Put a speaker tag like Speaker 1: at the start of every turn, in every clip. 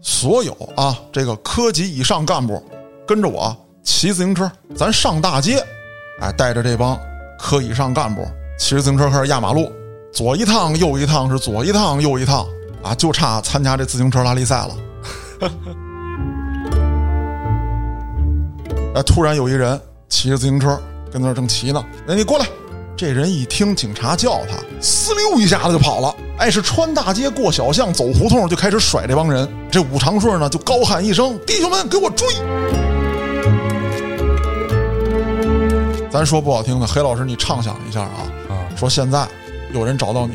Speaker 1: 所有啊这个科级以上干部跟着我啊骑自行车，咱上大街，哎，带着这帮科以上干部骑着自行车开始压马路，左一趟右一趟是左一趟右一趟啊，就差参加这自行车拉力赛了。哎，突然有一人骑着自行车跟那儿正骑呢，哎，你过来！这人一听警察叫他，呲溜一下子就跑了。哎，是穿大街过小巷走胡同就开始甩这帮人。这武长顺呢就高喊一声：“弟兄们，给我追！”咱说不好听的，黑老师你畅想一下啊，
Speaker 2: 啊，
Speaker 1: 说现在有人找到你，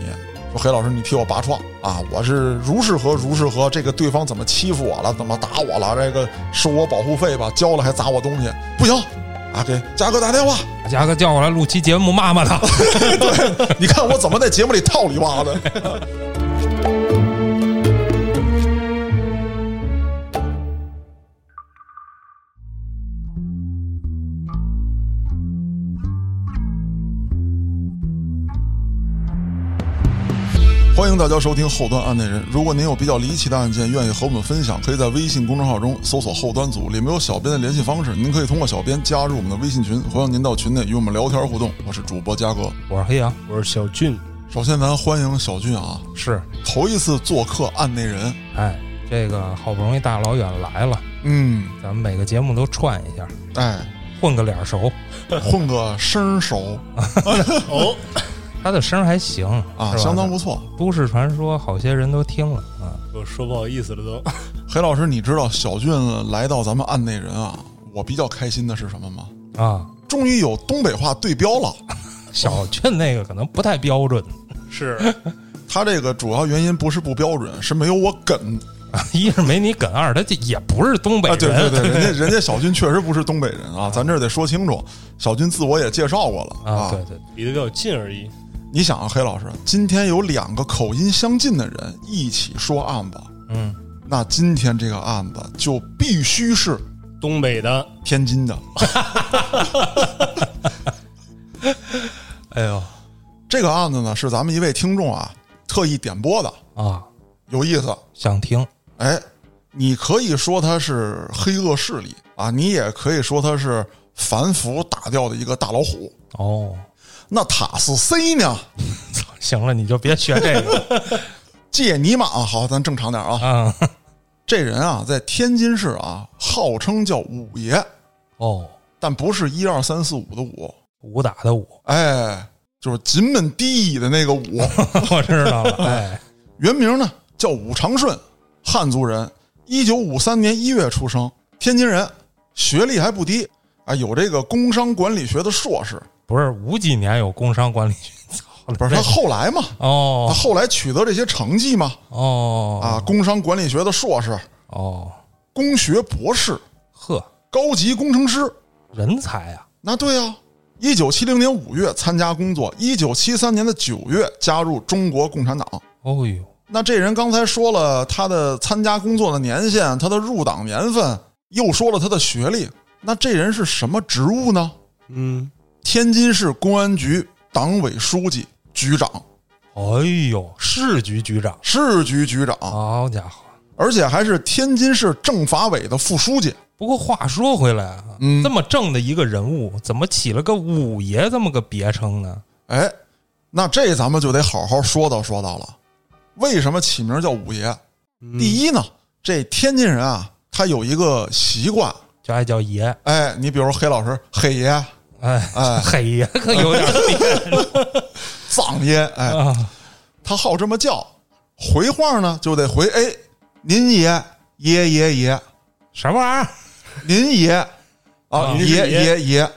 Speaker 1: 说黑老师，你替我拔创啊！我是如是何如是何，这个对方怎么欺负我了，怎么打我了？这个收我保护费吧，交了还砸我东西，不行啊！给嘉哥打电话，
Speaker 2: 把嘉哥叫过来录期节目，骂骂他。
Speaker 1: 你看我怎么在节目里套里挖的。欢迎大家收听《后端案内人》。如果您有比较离奇的案件，愿意和我们分享，可以在微信公众号中搜索“后端组”，里面有小编的联系方式，您可以通过小编加入我们的微信群，欢迎您到群内与我们聊天互动。我是主播嘉哥。
Speaker 2: 我是啊黑羊，
Speaker 3: 我是小俊，
Speaker 1: 首先，咱欢迎小俊啊，
Speaker 2: 是，
Speaker 1: 头一次做客案内人，
Speaker 2: 哎，这个好不容易大老远来了，
Speaker 1: 嗯，
Speaker 2: 咱们每个节目都串一下，
Speaker 1: 哎，
Speaker 2: 混个脸熟。
Speaker 1: 混个生熟
Speaker 3: 哦，
Speaker 2: 他的声儿还行
Speaker 1: 啊，
Speaker 2: 是吧
Speaker 1: 相当不错。
Speaker 2: 都市传说，好些人都听了啊。
Speaker 3: 我说不好意思了都，
Speaker 1: 黑老师，你知道小俊来到咱们案内人啊，我比较开心的是什么吗？
Speaker 2: 啊，
Speaker 1: 终于有东北话对标了。
Speaker 2: 小俊那个可能不太标准，
Speaker 3: 是
Speaker 1: 他这个主要原因不是不标准，是没有我梗
Speaker 2: 一是没你梗，二他这也不是东北
Speaker 1: 啊！对
Speaker 2: 人，
Speaker 1: 对对，人家人家小俊确实不是东北人啊，咱这儿得说清楚。小俊自我也介绍过了
Speaker 2: 啊，对对，对
Speaker 3: 离得比较近而已。
Speaker 1: 你想啊，黑老师，今天有两个口音相近的人一起说案子，
Speaker 2: 嗯，
Speaker 1: 那今天这个案子就必须是
Speaker 3: 东北的
Speaker 1: 天津的。
Speaker 2: 哎呦
Speaker 1: 这个案子呢，是咱们一位听众啊特意点播的，
Speaker 2: 啊，
Speaker 1: 有意思。
Speaker 2: 想听
Speaker 1: 哎，你可以说它是黑恶势力啊，你也可以说它是反腐打掉的一个大老虎。
Speaker 2: 哦，
Speaker 1: 那塔斯 C 呢？
Speaker 2: 行了，你就别学这个
Speaker 1: 借尼玛啊！好，咱正常点啊。
Speaker 2: 啊，
Speaker 1: 这人啊，在天津市啊，号称叫五爷，
Speaker 2: 哦，
Speaker 1: 但不是一二三四五的五，
Speaker 2: 武打的武，
Speaker 1: 哎，就是金门第一的那个五。
Speaker 2: 我知道了，哎，
Speaker 1: 原名呢叫武长顺，汉族人，一九五三年一月出生，天津人，学历还不低啊，有这个工商管理学的硕士。
Speaker 2: 不是五几年有工商管理学，操了
Speaker 1: 不是
Speaker 2: 这
Speaker 1: 他后来嘛，他
Speaker 2: 哦
Speaker 1: 后来取得这些成绩嘛，
Speaker 2: 哦
Speaker 1: 啊，工商管理学的硕士，
Speaker 2: 哦，
Speaker 1: 工学博士，
Speaker 2: 呵，
Speaker 1: 高级工程师。
Speaker 2: 人才啊，
Speaker 1: 那对啊，一九七零年五月参加工作，一九七三年的九月加入中国共产党。
Speaker 2: 哦呦，
Speaker 1: 那这人刚才说了他的参加工作的年限，他的入党年份，又说了他的学历。那这人是什么职务呢？
Speaker 3: 嗯，
Speaker 1: 天津市公安局党委书记、局长、
Speaker 2: 哎呦，市局局长，
Speaker 1: 市局局长，
Speaker 2: 好家伙！
Speaker 1: 而且还是天津市政法委的副书记。
Speaker 2: 不过话说回来啊，
Speaker 1: 嗯
Speaker 2: 这么正的一个人物，怎么起了个五爷这么个别称呢？
Speaker 1: 哎，那这咱们就得好好说道说道了。为什么起名叫五爷？第一呢，这天津人啊，他有一个习惯。
Speaker 2: 就爱叫爷，
Speaker 1: 哎，你比如黑老师，黑爷、
Speaker 2: 哎，
Speaker 1: 哎
Speaker 2: 黑爷可有点别扭
Speaker 1: 藏爷，哎，
Speaker 2: 啊，
Speaker 1: 他好这么叫，回话呢就得回哎，您爷爷爷爷，
Speaker 2: 什么玩意儿？
Speaker 1: 您爷啊
Speaker 2: 啊
Speaker 1: 爷
Speaker 3: 您是
Speaker 1: 爷
Speaker 3: 爷
Speaker 1: 爷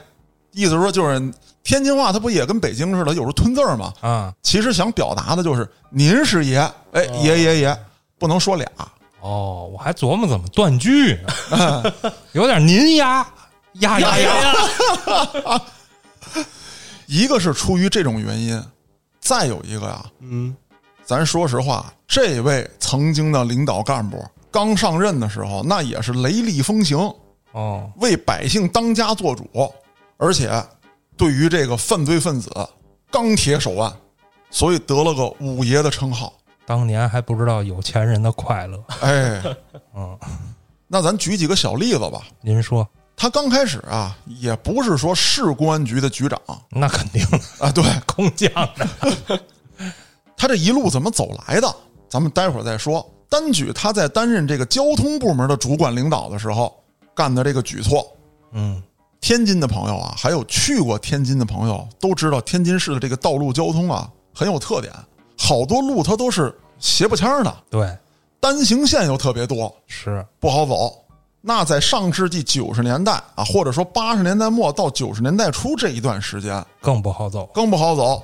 Speaker 1: 意思说就是天津话，它不也跟北京似的，有时候吞字儿嘛。
Speaker 2: 啊，
Speaker 1: 其实想表达的就是您是爷，哎，
Speaker 3: 啊
Speaker 1: 爷爷爷，不能说俩，
Speaker 2: 哦，我还琢磨怎么断句呢，
Speaker 1: 啊
Speaker 2: 有点您呀呀呀呀，
Speaker 1: 一个是出于这种原因，再有一个呀、
Speaker 3: 嗯，
Speaker 1: 咱说实话，这位曾经的领导干部刚上任的时候，那也是雷厉风行，
Speaker 2: 哦，
Speaker 1: 为百姓当家做主，而且对于这个犯罪分子钢铁手腕，所以得了个“五爷”的称号。
Speaker 2: 当年还不知道有钱人的快乐。
Speaker 1: 哎，
Speaker 2: 嗯，
Speaker 1: 那咱举几个小例子吧。
Speaker 2: 您说
Speaker 1: 他刚开始啊，也不是说市公安局的局长
Speaker 2: 那肯定的，
Speaker 1: 啊，对
Speaker 2: 空降的。
Speaker 1: 他这一路怎么走来的，咱们待会儿再说。单举他在担任这个交通部门的主管领导的时候干的这个举措，
Speaker 2: 嗯，
Speaker 1: 天津的朋友啊，还有去过天津的朋友都知道，天津市的这个道路交通啊很有特点，好多路它都是斜不腔的，
Speaker 2: 对，
Speaker 1: 单行线又特别多，
Speaker 2: 是，
Speaker 1: 不好走。那在上世纪九十年代啊，或者说八十年代末到九十年代初这一段时间，
Speaker 2: 更不好走。
Speaker 1: 更不好走，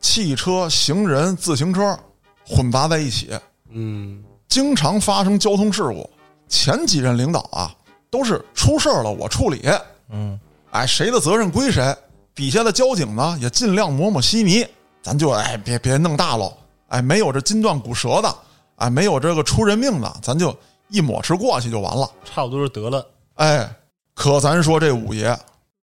Speaker 1: 汽车、行人、自行车混杂在一起，
Speaker 3: 嗯，
Speaker 1: 经常发生交通事故。前几任领导啊，都是出事儿了我处理，
Speaker 2: 嗯，
Speaker 1: 哎，谁的责任归谁，底下的交警呢也尽量抹抹稀泥，咱就哎别别弄大喽，哎，没有这筋断骨折的，哎，没有这个出人命的，咱就一抹吃过去就完了。
Speaker 3: 差不多就得了。
Speaker 1: 哎，可咱说这五爷，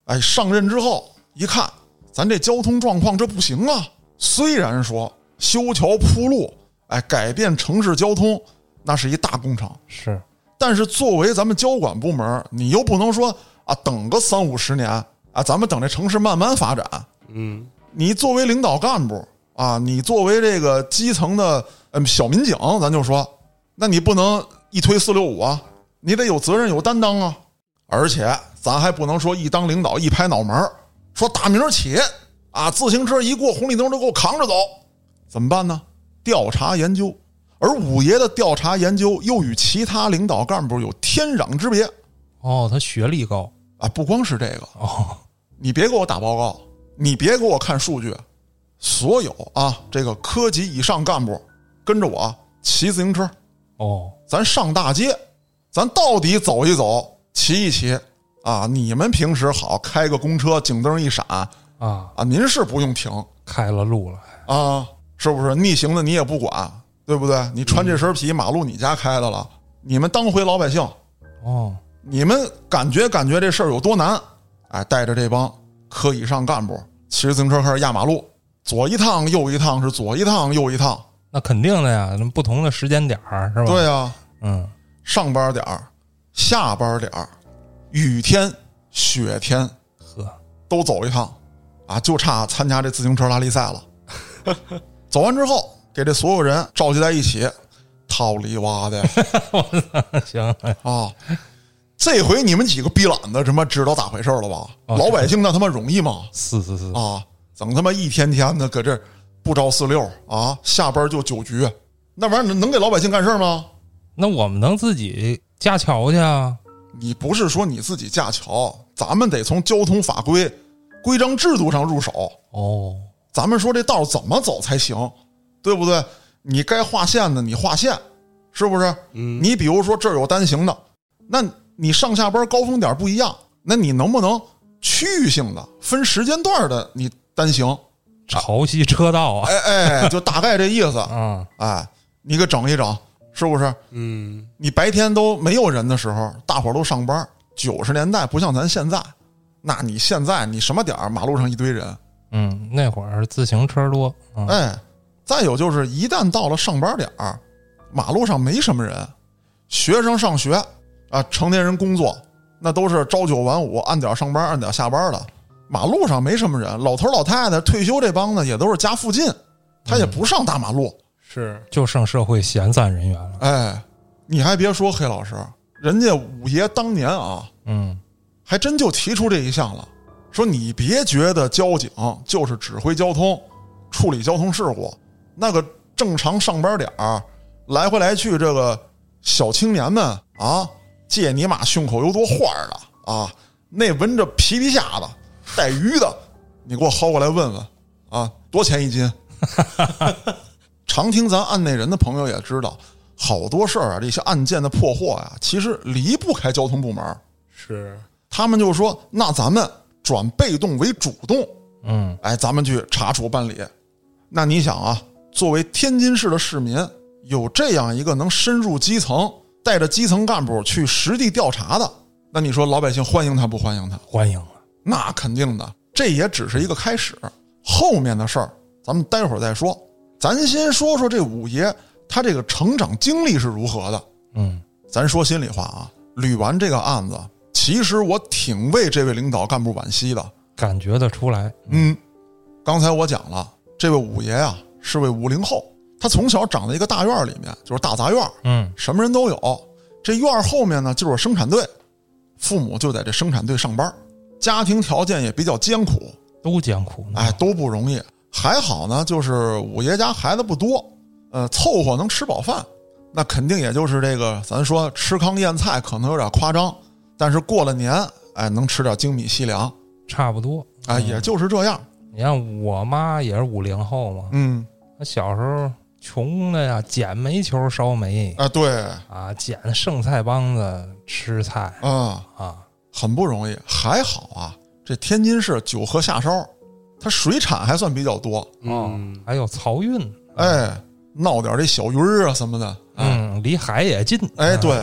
Speaker 1: 哎，上任之后一看，咱这交通状况这不行啊。虽然说修桥铺路，哎，改变城市交通，那是一大工程，
Speaker 2: 是，
Speaker 1: 但是作为咱们交管部门，你又不能说啊，等个三五十年啊，咱们等这城市慢慢发展。
Speaker 3: 嗯，
Speaker 1: 你作为领导干部啊，你作为这个基层的嗯小民警，咱就说，那你不能一推四六五啊，你得有责任有担当啊。而且咱还不能说一当领导一拍脑门儿说打明儿起啊，自行车一过红绿灯就给我扛着走，怎么办呢？调查研究。而五爷的调查研究又与其他领导干部有天壤之别
Speaker 2: 哦，他学历高，
Speaker 1: 啊！不光是这个，
Speaker 2: 哦，
Speaker 1: 你别给我打报告，你别给我看数据，所有啊，这个科级以上干部跟着我啊骑自行车，
Speaker 2: 哦，
Speaker 1: 咱上大街，咱到底走一走，骑一骑啊！你们平时好开个公车，警灯一闪啊，
Speaker 2: 啊，
Speaker 1: 您是不用停
Speaker 2: 开了路了，
Speaker 1: 啊，是不是？逆行的你也不管，对不对？你穿这身皮，马路你家开的了，你们当回老百姓，
Speaker 2: 哦，
Speaker 1: 你们感觉感觉这事儿有多难？哎，带着这帮科以上干部骑着自行车开始压马路，左一趟右一趟，是左一趟右一趟。
Speaker 2: 那肯定的呀，那不同的时间点儿是吧？
Speaker 1: 对，啊，
Speaker 2: 嗯，
Speaker 1: 上班点儿，下班点儿，雨天、雪天
Speaker 2: 呵，
Speaker 1: 都走一趟，啊，就差参加这自行车拉力赛了。 走完之后，给这所有人召集在一起，套里哇的
Speaker 2: 行，
Speaker 1: 啊！这回你们几个逼懒子，他妈知道咋回事了吧？
Speaker 2: 哦
Speaker 1: 老百姓那他妈容易吗？
Speaker 2: 是是是，
Speaker 1: 啊，整他妈一天天的搁这儿不着四六啊，下班就酒局，那玩意儿能能给老百姓干事儿吗？
Speaker 2: 那我们能自己架桥去啊？
Speaker 1: 你不是说你自己架桥，咱们得从交通法规、规章制度上入手。
Speaker 2: 哦，
Speaker 1: 咱们说这道怎么走才行，对不对？你该划线的你划线，是不是？
Speaker 3: 嗯
Speaker 1: 你比如说这儿有单行的，那你上下班高峰点不一样，那你能不能区域性的分时间段的你单行？
Speaker 2: 潮汐车道啊，
Speaker 1: 哎哎，就大概这意思。
Speaker 2: 啊，
Speaker 1: 哎，你给整一整，是不是？
Speaker 3: 嗯，
Speaker 1: 你白天都没有人的时候，大伙儿都上班。九十年代不像咱现在，那你现在你什么点儿马路上一堆人，
Speaker 2: 嗯，那会儿自行车多，嗯，
Speaker 1: 哎，再有就是一旦到了上班点儿，马路上没什么人，学生上学啊，成年人工作，那都是朝九晚五，按点儿上班，按点儿下班的。马路上没什么人，老头儿老太太退休这帮呢，也都是家附近，他也不上大马路。
Speaker 3: 是，
Speaker 2: 就剩社会闲散人员了，
Speaker 1: 哎，你还别说，黑老师，人家五爷当年啊，
Speaker 2: 嗯，
Speaker 1: 还真就提出这一项了，说你别觉得交警就是指挥交通、处理交通事故，那个正常上班点儿，来回来去这个小青年们啊，借你妈胸口有朵花儿的啊，那闻着皮皮虾的、带鱼的，你给我薅过来问问啊，多钱一斤？ 常听咱案内人的朋友也知道，好多事儿啊，这些案件的破获呀、其实离不开交通部门儿。
Speaker 3: 是，
Speaker 1: 他们就说：“那咱们转被动为主动，
Speaker 2: 嗯，
Speaker 1: 哎，咱们去查处办理。”那你想啊，作为天津市的市民，有这样一个能深入基层、带着基层干部去实地调查的，那你说老百姓欢迎他不欢迎他？
Speaker 2: 欢迎了，
Speaker 1: 那肯定的，这也只是一个开始，后面的事儿咱们待会儿再说。咱先说说这五爷他这个成长经历是如何的。
Speaker 2: 嗯
Speaker 1: 咱说心里话啊，捋完这个案子，其实我挺为这位领导干部惋惜的。
Speaker 2: 感觉得出来，
Speaker 1: 嗯，刚才我讲了，这位五爷啊是位五零后，他从小长在一个大院儿里面，就是大杂院儿，
Speaker 2: 嗯
Speaker 1: 什么人都有。这院儿后面呢就是生产队，父母就在这生产队上班儿，家庭条件也比较艰苦，
Speaker 2: 都艰苦呢，
Speaker 1: 哎，都不容易。还好呢，就是五爷家孩子不多，呃，凑合能吃饱饭。那肯定也就是这个，咱说吃糠咽菜可能有点夸张，但是过了年，哎，能吃点精米细粮，
Speaker 2: 差不多。
Speaker 1: 哎，也就是这样。
Speaker 2: 你看我妈也是五零后嘛，
Speaker 1: 嗯，
Speaker 2: 她小时候穷的呀，捡煤球烧煤
Speaker 1: 啊，对，
Speaker 2: 啊，捡剩菜帮子吃菜
Speaker 1: 啊，
Speaker 2: 啊，
Speaker 1: 很不容易。还好啊，这天津市九河下梢，它水产还算比较多，
Speaker 3: 嗯
Speaker 2: 还有漕运，
Speaker 1: 哎，闹点这小鱼儿啊什么的，哎
Speaker 2: 嗯，离海也近，
Speaker 1: 哎，
Speaker 2: 嗯
Speaker 1: 对，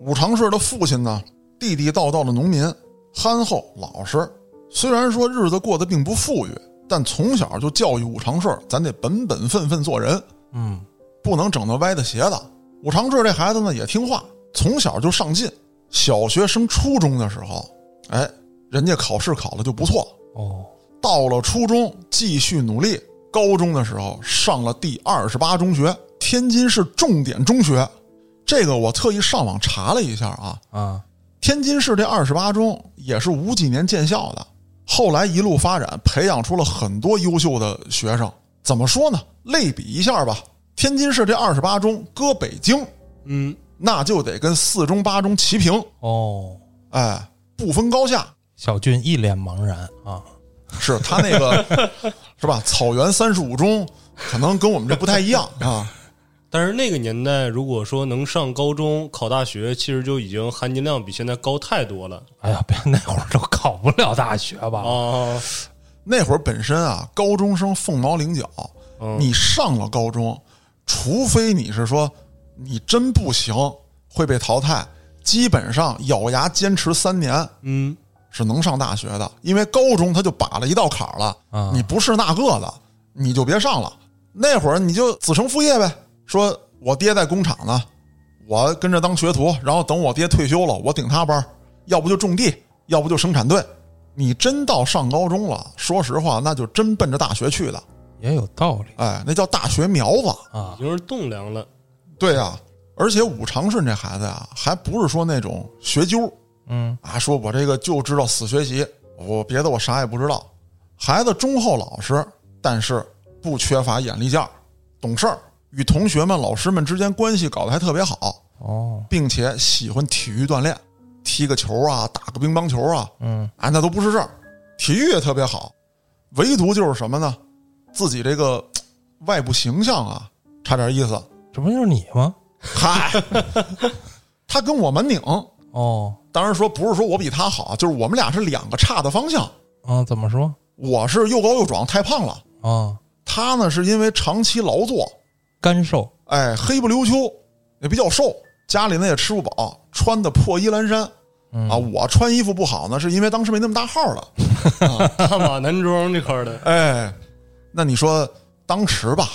Speaker 1: 武常氏的父亲呢，地地道道的农民，憨厚老实。虽然说日子过得并不富裕，但从小就教育武常氏，咱得本本分分做人，
Speaker 2: 嗯
Speaker 1: 不能整那歪的斜的。武常氏这孩子呢也听话，从小就上进。小学升初中的时候，哎，人家考试考的就不错。
Speaker 2: 哦，
Speaker 1: 到了初中继续努力，高中的时候上了第二十八中学，天津市重点中学。这个我特意上网查了一下啊，
Speaker 2: 啊，
Speaker 1: 天津市这二十八中也是五几年建校的，后来一路发展，培养出了很多优秀的学生。怎么说呢？类比一下吧，天津市这二十八中搁北京，
Speaker 3: 嗯
Speaker 1: 那就得跟四中八中齐平，
Speaker 2: 哦，
Speaker 1: 哎，不分高下。
Speaker 2: 小俊一脸茫然啊，
Speaker 1: 是他那个是吧？草原三十五中可能跟我们这不太一样啊。
Speaker 3: 但是那个年代，如果说能上高中、考大学，其实就已经含金量比现在高太多了
Speaker 2: 哎呀，别那会儿都考不了大学吧？
Speaker 1: 哦
Speaker 3: 啊！
Speaker 1: 那会儿本身啊，高中生凤毛麟角，你上了高中，除非你是说你真不行会被淘汰，基本上咬牙坚持三年
Speaker 3: 嗯
Speaker 1: 是能上大学的，因为高中他就把了一道坎儿了，
Speaker 2: 啊
Speaker 1: 你不是那个的，你就别上了。那会儿你就子承父业呗，说我爹在工厂呢，我跟着当学徒，然后等我爹退休了，我顶他班儿，要不就种地，要不就生产队。你真到上高中了，说实话，那就真奔着大学去的，
Speaker 2: 也有道理
Speaker 1: 哎，那叫大学苗子。
Speaker 2: 啊
Speaker 3: 已，经是栋梁了。
Speaker 1: 对呀、而且武长顺这孩子呀、还不是说那种学究，
Speaker 2: 嗯
Speaker 1: 啊，说我这个就知道死学习，我别的我啥也不知道。孩子忠厚老实，但是不缺乏眼力劲儿，懂事儿，与同学们、老师们之间关系搞得还特别好，
Speaker 2: 哦，
Speaker 1: 并且喜欢体育锻炼，踢个球啊，打个乒乓球啊，
Speaker 2: 嗯
Speaker 1: 啊，那都不是事儿。体育也特别好，唯独就是什么呢？自己这个外部形象啊，差点意思。
Speaker 2: 这不就是你吗？
Speaker 1: 嗨，他跟我们拧，
Speaker 2: 哦，
Speaker 1: 当然说不是说我比他好，啊就是我们俩是两个差的方向。
Speaker 2: 啊，怎么说
Speaker 1: 我是又高又壮，太胖了。
Speaker 2: 啊？
Speaker 1: 他呢是因为长期劳作，
Speaker 2: 干瘦，
Speaker 1: 哎，黑不溜秋，也比较瘦，家里呢也吃不饱，穿的破衣烂衫。
Speaker 2: 嗯
Speaker 1: 啊，我穿衣服不好呢，是因为当时没那么大号了。
Speaker 3: 大马男装这块儿的，
Speaker 1: 哎，那你说当时吧，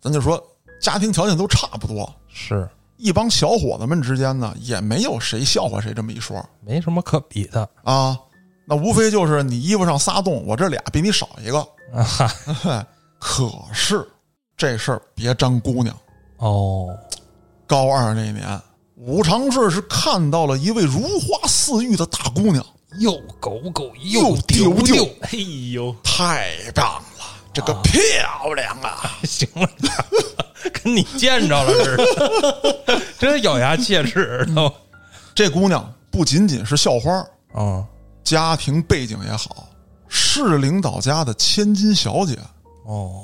Speaker 1: 咱就说家庭条件都差不多，
Speaker 2: 是
Speaker 1: 一帮小伙子们之间呢，也没有谁笑话谁这么一说
Speaker 2: 没什么可比的
Speaker 1: 啊。那无非就是你衣服上仨洞，我这俩比你少一个。
Speaker 2: 啊哈。
Speaker 1: 可是这事儿别沾姑娘。
Speaker 2: 哦，
Speaker 1: 高二那年，武常顺是看到了一位如花似玉的大姑娘，
Speaker 2: 又狗狗
Speaker 1: 又丢
Speaker 2: 丢
Speaker 1: 丢，
Speaker 3: 哎呦，
Speaker 1: 太棒了，这个漂亮啊！
Speaker 2: 行了，跟你见着了似的， 真咬牙切齿都。
Speaker 1: 这姑娘不仅仅是校花，
Speaker 2: 嗯，
Speaker 1: 家庭背景也好，市领导家的千金小姐，
Speaker 2: 哦，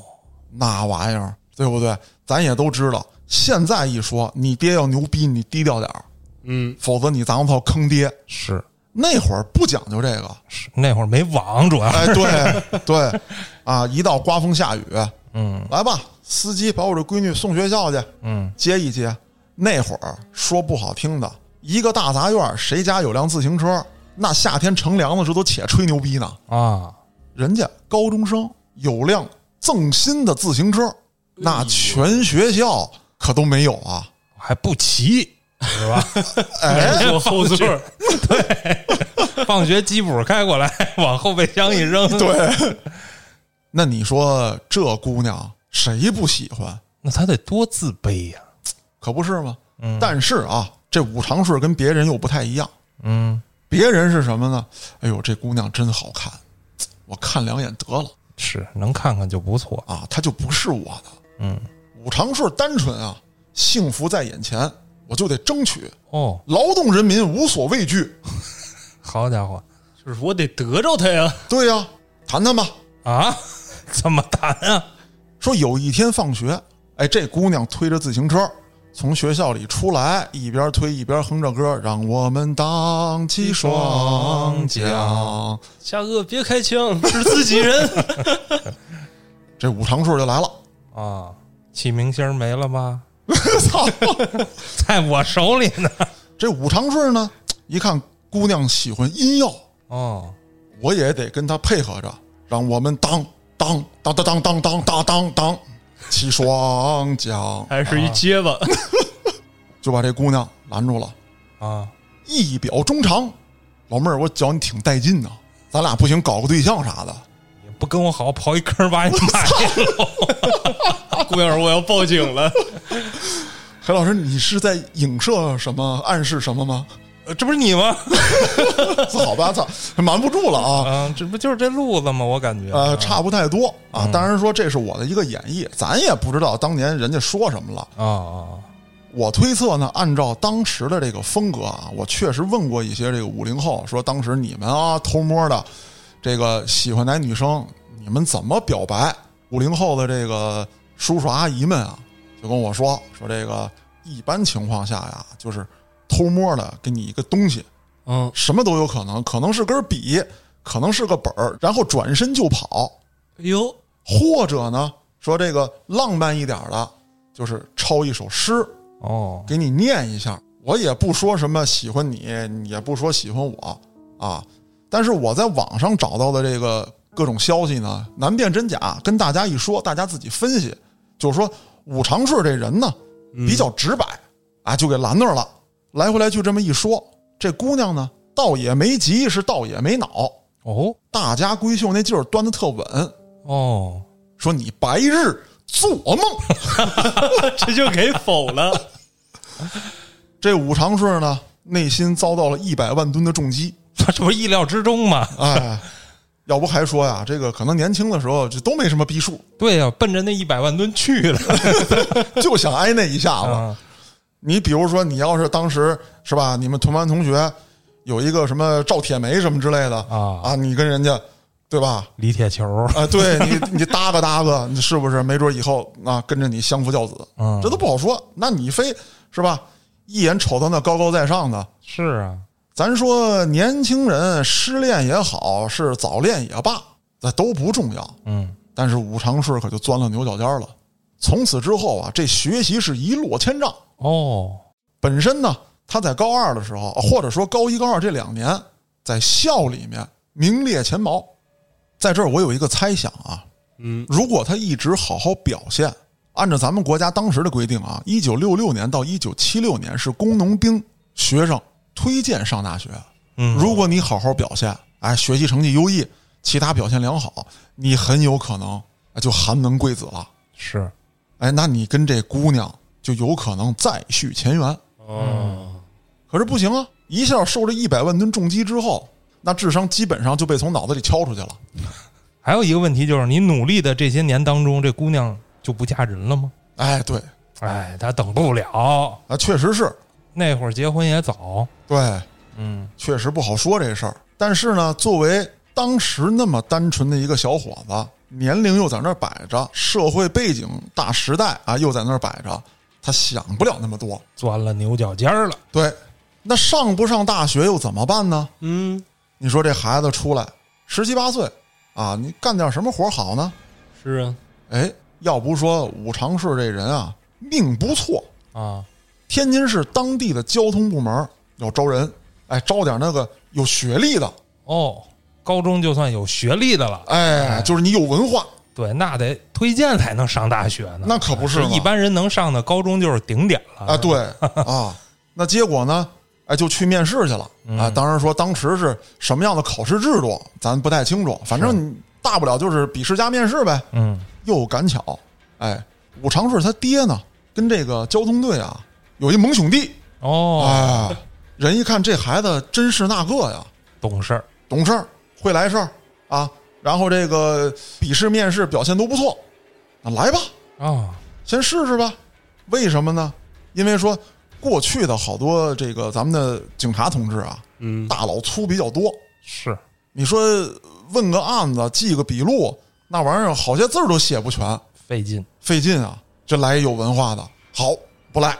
Speaker 1: 那玩意儿对不对？咱也都知道，现在一说你爹要牛逼，你低调点儿，
Speaker 3: 嗯
Speaker 1: 否则你咱们操坑爹。
Speaker 2: 是
Speaker 1: 那会儿不讲究这个，
Speaker 2: 是，那会儿没网，主要
Speaker 1: 哎， 对对，啊，一到刮风下雨，
Speaker 2: 嗯
Speaker 1: 来吧，司机把我这闺女送学校去，
Speaker 2: 嗯，
Speaker 1: 接一接。那会儿说不好听的，一个大杂院儿，谁家有辆自行车，那夏天乘凉的时候都且吹牛逼呢。
Speaker 2: 啊，
Speaker 1: 人家高中生有辆锃新的自行车，那全学校可都没有啊！
Speaker 2: 还不齐是吧？
Speaker 1: 哎，
Speaker 3: 坐后座 儿，
Speaker 2: 放学鸡脯开过来， 往后备箱一扔，
Speaker 1: 对，那你说这姑娘谁不喜欢？
Speaker 2: 那他得多自卑呀、
Speaker 1: 可不是吗？但是啊，这武常氏跟别人又不太一样，
Speaker 2: 嗯，
Speaker 1: 别人是什么呢？哎呦，这姑娘真好看，我看两眼得了
Speaker 2: 是能看看就不错。
Speaker 1: 啊，她就不是我的。
Speaker 2: 嗯，
Speaker 1: 武常氏单纯啊，幸福在眼前，我就得争取，
Speaker 2: 哦，
Speaker 1: 劳动人民无所畏惧。
Speaker 2: 好家伙
Speaker 3: 就是我得得着他呀。
Speaker 1: 对呀、谈谈吧。
Speaker 2: 啊， 怎么谈啊？
Speaker 1: 说有一天放学，哎，这姑娘推着自行车从学校里出来，一边推一边哼着歌，让我们荡起双桨。
Speaker 3: 下课别开枪，是自己 人。
Speaker 1: 这五常顺就来了，
Speaker 2: 啊，启明星没了吧？
Speaker 1: 操！
Speaker 2: 在我手里呢。
Speaker 1: 这五常顺呢，一看姑娘喜欢音药，
Speaker 2: 哦，
Speaker 1: 我也得跟她配合着，让我们当当当当当当当当当当起双桨，
Speaker 3: 还是一结巴，
Speaker 1: 就把这姑娘拦住了，
Speaker 2: 啊，
Speaker 1: 一表衷肠。老妹儿，我觉你挺带劲呐、咱俩不行搞个对象啥的。
Speaker 2: 也不跟我好，刨一坑把你埋了。
Speaker 3: 姑娘，我要报警 了。
Speaker 1: 黑老师，你是在影射什么、暗示什么吗？
Speaker 2: 呃这不是你吗？
Speaker 1: 好吧，操，瞒不住了啊，
Speaker 2: 啊，这不就是这路子吗？我感觉
Speaker 1: 呃，差不太多啊。当然说这是我的一个演绎，咱也不知道当年人家说什么了。
Speaker 2: 啊啊
Speaker 1: 我推测呢，按照当时的这个风格啊，我确实问过一些这个五零后，说当时你们啊偷摸的，这个喜欢男女生，你们怎么表白？五零后的这个叔叔阿姨们啊，就跟我说说这个一般情况下呀，就是偷摸的给你一个东西，
Speaker 3: 嗯，
Speaker 1: 什么都有可能，可能是根笔，可能是个本儿，然后转身就跑，
Speaker 3: 哎呦，
Speaker 1: 或者呢说这个浪漫一点儿的，就是抄一首诗，
Speaker 2: 哦，
Speaker 1: 给你念一下。我也不说什么喜欢你，也不说喜欢我啊。但是我在网上找到的这个各种消息呢，难辨真假，跟大家一说，大家自己分析。就是说，武常顺这人呢比较直白、啊，就给拦那儿了。来回来去这么一说，这姑娘呢倒也没急，是倒也没恼，
Speaker 2: 哦
Speaker 1: 大家闺秀那劲儿端的特稳。
Speaker 2: 哦，
Speaker 1: 说你白日做梦，
Speaker 3: 这就给否了。
Speaker 1: 这武常顺呢内心遭到了一百万吨的重击。
Speaker 2: 这不是意料之中吗？
Speaker 1: 哎，要不还说呀，这个可能年轻的时候就都没什么逼 数，
Speaker 2: 对呀、奔着那一百万吨去了。
Speaker 1: 就想挨那一下子。
Speaker 2: 啊
Speaker 1: 你比如说，你要是当时是吧，你们同班同学有一个什么赵铁梅什么之类的
Speaker 2: 啊
Speaker 1: 你跟人家对吧？
Speaker 2: 李铁球，
Speaker 1: 啊、 对你，你搭个搭个，你是不是？没准以后啊，跟着你相夫教子，
Speaker 2: 嗯
Speaker 1: 这都不好说。那你非是吧？一眼瞅到那高高在上的，
Speaker 2: 是啊，
Speaker 1: 咱说年轻人失恋也好，是早恋也罢，这都不重要。
Speaker 2: 嗯，
Speaker 1: 但是武常顺可就钻了牛角尖儿了。从此之后啊，这学习是一落千丈。
Speaker 2: 哦，
Speaker 1: 本身呢，他在高二的时候，哦或者说高一、高二这两年，在校里面名列前茅。在这儿，我有一个猜想啊，
Speaker 3: 嗯，
Speaker 1: 如果他一直好好表现，按照咱们国家当时的规定啊，一九六六年到一九七六年是工农兵学生推荐上大学。
Speaker 2: 嗯，
Speaker 1: 如果你好好表现，哎，学习成绩优异，其他表现良好，你很有可能哎就寒门贵子了。
Speaker 2: 是
Speaker 1: 哎，那你跟这姑娘就有可能再续前缘。
Speaker 3: 哦，
Speaker 1: 可是不行啊，一下受这一百万吨重击之后，那智商基本上就被从脑子里敲出去了。
Speaker 2: 还有一个问题就是，你努力的这些年当中，这姑娘就不嫁人了吗？
Speaker 1: 哎，对，
Speaker 2: 哎，她等不了，
Speaker 1: 啊，确实是，
Speaker 2: 那会儿结婚也早。
Speaker 1: 对，啊
Speaker 2: 嗯，
Speaker 1: 确实不好说这事儿。但是呢，作为当时那么单纯的一个小伙子，年龄又在那儿摆着，社会背景、大时代啊又在那儿摆着，他想不了那么多。
Speaker 2: 钻了牛角尖儿了。
Speaker 1: 对，那上不上大学又怎么办呢？
Speaker 3: 嗯，
Speaker 1: 你说这孩子出来十七八岁啊，你干点什么活好呢？
Speaker 3: 是啊，
Speaker 1: 哎，要不说武常氏这人啊，命不错。
Speaker 2: 啊，
Speaker 1: 天津市当地的交通部门要招人，哎，招点那个有学历的，
Speaker 2: 哦，高中就算有学历的了，
Speaker 1: 哎，就是你有文化，
Speaker 2: 对，那得推荐才能上大学呢。
Speaker 1: 那可不是
Speaker 2: 这
Speaker 1: 嘛
Speaker 2: 一般人能上的高中就是顶点了
Speaker 1: 啊，对啊，那结果呢？哎，就去面试去了
Speaker 2: 嗯
Speaker 1: 啊。当然说当时是什么样的考试制度，咱不太清楚，反正大不了就是笔试加面试呗。
Speaker 2: 嗯，
Speaker 1: 又赶巧，哎，武长顺他爹呢，跟这个交通队啊有一盟兄弟
Speaker 2: 哦，
Speaker 1: 啊、哎，人一看这孩子真是那个呀，
Speaker 2: 懂事儿，
Speaker 1: 懂事儿，会来事儿啊，然后这个笔试、面试表现都不错，那来吧，
Speaker 2: 啊，
Speaker 1: 先试试吧。为什么呢？因为说过去的好多这个咱们的警察同志啊，
Speaker 3: 嗯，
Speaker 1: 大老粗比较多。
Speaker 2: 是
Speaker 1: 你说问个案子、记个笔录，那玩意儿好些字儿都写不全，
Speaker 2: 费劲，
Speaker 1: 费劲啊。这来一有文化的，好不赖，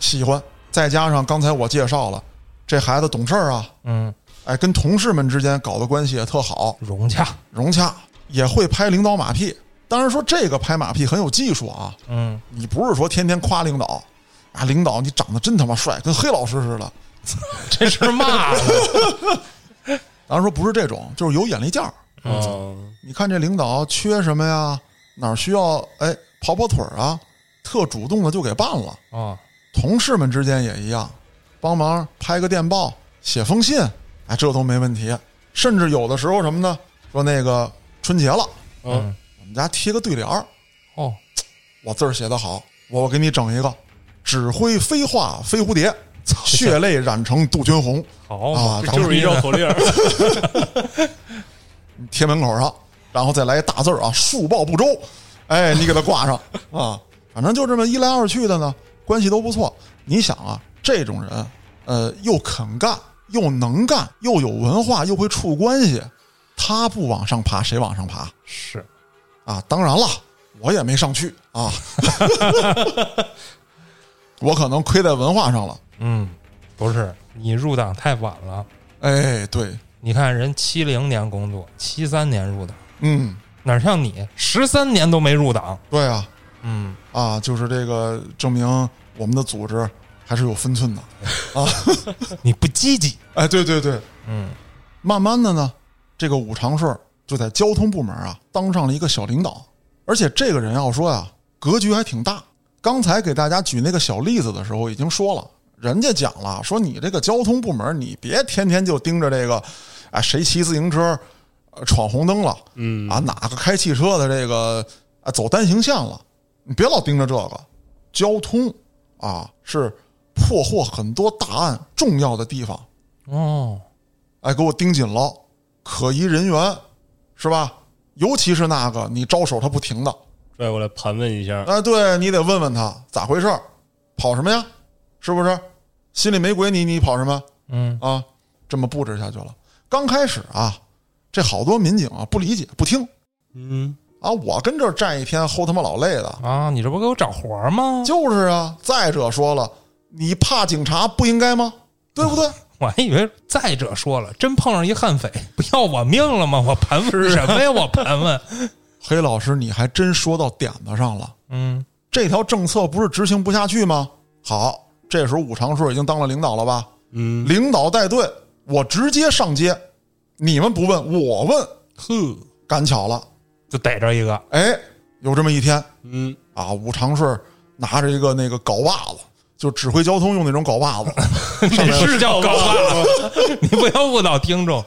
Speaker 1: 喜欢。再加上刚才我介绍了，这孩子懂事儿啊，
Speaker 2: 嗯，
Speaker 1: 哎，跟同事们之间搞的关系也特好，
Speaker 2: 融洽，
Speaker 1: 融洽，也会拍领导马屁。当然说这个拍马屁很有技术啊，
Speaker 2: 嗯，
Speaker 1: 你不是说天天夸领导啊，领导你长得真他妈帅，跟黑老师似的。
Speaker 2: 这是 嘛呢？
Speaker 1: 咱说不是这种，就是有眼力劲儿。
Speaker 3: 哦，
Speaker 1: 你看这领导缺什么呀？哪儿需要哎跑跑腿儿啊？特主动的就给办了。
Speaker 2: 啊，
Speaker 1: 同事们之间也一样，帮忙拍个电报、写封信，哎，这都没问题。甚至有的时候什么呢？说那个春节了，
Speaker 3: 嗯，
Speaker 1: 我们家贴个对联儿，
Speaker 2: 哦，
Speaker 1: 我字儿写得好，我给你整一个“纸灰飞化飞蝴蝶，血泪染成杜鹃红”。
Speaker 2: 好
Speaker 1: 啊
Speaker 2: 嘛
Speaker 3: 这就是一绕口令儿，
Speaker 1: 贴门口上，然后再来一大字儿啊，树报不周，哎，你给它挂上啊，反正就这么一来二去的呢，关系都不错。你想啊，这种人，呃，又肯干，又能干，又有文化，又会处关系，他不往上爬，谁往上爬
Speaker 2: 是
Speaker 1: 啊？当然了，我也没上去啊， 我可能亏在文化上了。
Speaker 2: 嗯，不是你入党太晚了。
Speaker 1: 哎，对，
Speaker 2: 你看人七零年工作，七三年入党，
Speaker 1: 嗯，
Speaker 2: 哪像你十三年都没入党？
Speaker 1: 对啊，
Speaker 2: 嗯，
Speaker 1: 啊，就是这个证明我们的组织还是有分寸的。
Speaker 2: 你不积极，
Speaker 1: 哎，对对对，
Speaker 2: 嗯，
Speaker 1: 慢慢的呢，这个武长顺就在交通部门啊当上了一个小领导，而且这个人要说呀、格局还挺大。刚才给大家举那个小例子的时候，已经说了，人家讲了，说你这个交通部门，你别天天就盯着这个，啊，谁骑自行车、呃闯红灯了，
Speaker 3: 嗯
Speaker 1: 啊，哪个开汽车的这个啊走单行线了，你别老盯着这个。交通啊，是破获很多大案重要的地方，
Speaker 2: 哦，
Speaker 1: 哎，给我盯紧了，可疑人员是吧？尤其是那个你招手他不停的，
Speaker 3: 拽过来盘问一下，
Speaker 1: 哎，对你得问问他咋回事儿，跑什么呀？是不是？心里没鬼你，你跑什么
Speaker 2: 嗯，
Speaker 1: 啊？这么布置下去了。刚开始啊，这好多民警啊不理解不听
Speaker 3: 嗯，
Speaker 1: 啊，我跟这儿站一天齁他妈老累的，
Speaker 2: 啊，你这不给我找活儿吗？
Speaker 1: 就是啊。再者说了，你怕警察不应该吗？对不对？
Speaker 2: 我还以为再者说了，真碰上一悍匪，不要我命了吗？我盘问什么呀？我盘问，
Speaker 1: 黑老师，你还真说到点子上了。
Speaker 2: 嗯，
Speaker 1: 这条政策不是执行不下去吗？好，这时候武长顺已经当了领导了吧？
Speaker 3: 嗯，
Speaker 1: 领导带队，我直接上街，你们不问我问，
Speaker 2: 呵，
Speaker 1: 赶巧了，
Speaker 2: 就逮着一个，
Speaker 1: 哎，有这么一天
Speaker 3: 嗯，
Speaker 1: 啊，武长顺拿着一个那个镐把子，就指挥交通用那种镐把子，
Speaker 2: 这是叫 高吧？你不要误导听众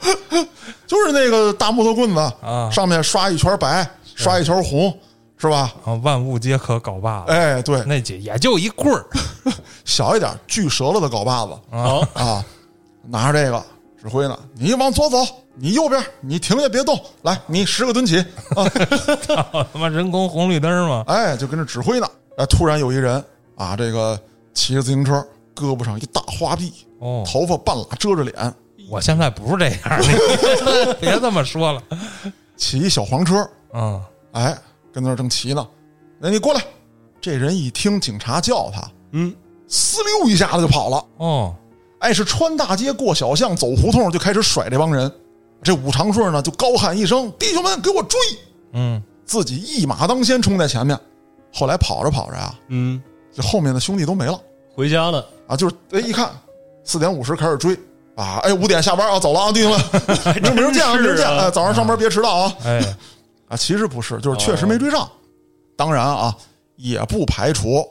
Speaker 1: 就是那个大木头棍子，
Speaker 2: 啊！
Speaker 1: 上面刷一圈白，刷一圈红，是吧？
Speaker 2: 啊，万物皆可镐把子，
Speaker 1: 哎，对，
Speaker 2: 那姐也就一棍儿
Speaker 1: 小一点锯折了的镐把子，
Speaker 3: 好，
Speaker 1: 啊，拿着这个指挥呢，你往左走，你右边，你停下别动，来，你十个蹲起啊！
Speaker 2: 啊，他妈人工红绿灯嘛，
Speaker 1: 哎，就跟着指挥呢。哎，突然有一人啊，这个骑着自行车，胳膊上一大花臂，
Speaker 2: 哦，
Speaker 1: 头发半拉遮着脸，
Speaker 2: 我现在不是这样，你 别这么说了。
Speaker 1: 骑一小黄车，
Speaker 2: 嗯，
Speaker 1: 哎，跟那儿正骑呢。哎，你过来！这人一听警察叫他，
Speaker 3: 嗯，
Speaker 1: 呲溜一下子就跑了。
Speaker 2: 哦，
Speaker 1: 哎，是穿大街过小巷，走胡同就开始甩这帮人。这武长顺呢，就高喊一声：“弟兄们，给我追！”
Speaker 2: 嗯，
Speaker 1: 自己一马当先冲在前面。后来跑着跑着啊，
Speaker 3: 嗯，
Speaker 1: 这后面的兄弟都没了
Speaker 3: 回家了，
Speaker 1: 啊，就是哎一看四点五十开始追啊，哎五点下班啊，走了啊，弟兄们，明儿见啊，明儿见，哎，早上上班别迟到啊。
Speaker 2: 哎，
Speaker 1: 啊，其实不是，就是确实没追上。当然啊，也不排除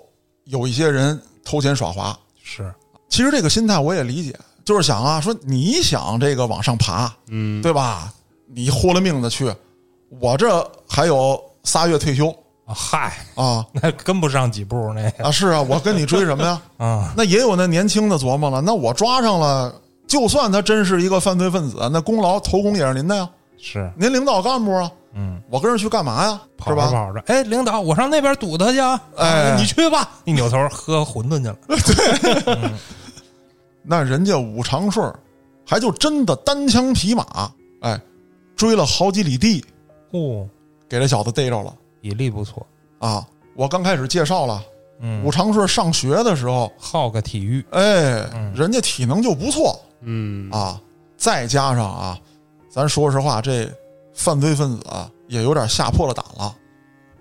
Speaker 1: 有一些人偷奸耍滑。
Speaker 2: 是
Speaker 1: 其实这个心态我也理解，就是想啊，说你想这个往上爬，
Speaker 3: 嗯，
Speaker 1: 对吧？你豁了命的去，我这还有仨月退休
Speaker 2: 啊嗨，
Speaker 1: 啊
Speaker 2: 那跟不上几步那个
Speaker 1: 啊！是啊，我跟你追什么呀？
Speaker 2: 啊，
Speaker 1: 那也有那年轻的琢磨了，那我抓上了，就算他真是一个犯罪分子，那功劳头功也是您的呀，
Speaker 2: 是
Speaker 1: 您领导干部啊，
Speaker 2: 嗯，
Speaker 1: 我跟着去干嘛呀？
Speaker 2: 跑
Speaker 1: 是
Speaker 2: 着
Speaker 1: 吧？
Speaker 2: 跑着，哎，领导，我上那边堵他去啊，
Speaker 1: 哎
Speaker 2: 啊你去吧。 一扭头喝馄饨去了，
Speaker 1: 那人家武长顺儿还就真的单枪匹马，哎，追了好几里地，
Speaker 2: 哦，
Speaker 1: 给这小子逮着了
Speaker 2: 体力不错，
Speaker 1: 啊！我刚开始介绍了，
Speaker 2: 嗯
Speaker 1: 武，长顺上学的时候，
Speaker 2: 好个体育，
Speaker 1: 哎，
Speaker 2: 嗯
Speaker 1: 人家体能就不错
Speaker 3: 嗯
Speaker 1: 啊，再加上啊，咱说实话，这犯罪分子啊也有点吓破了胆了，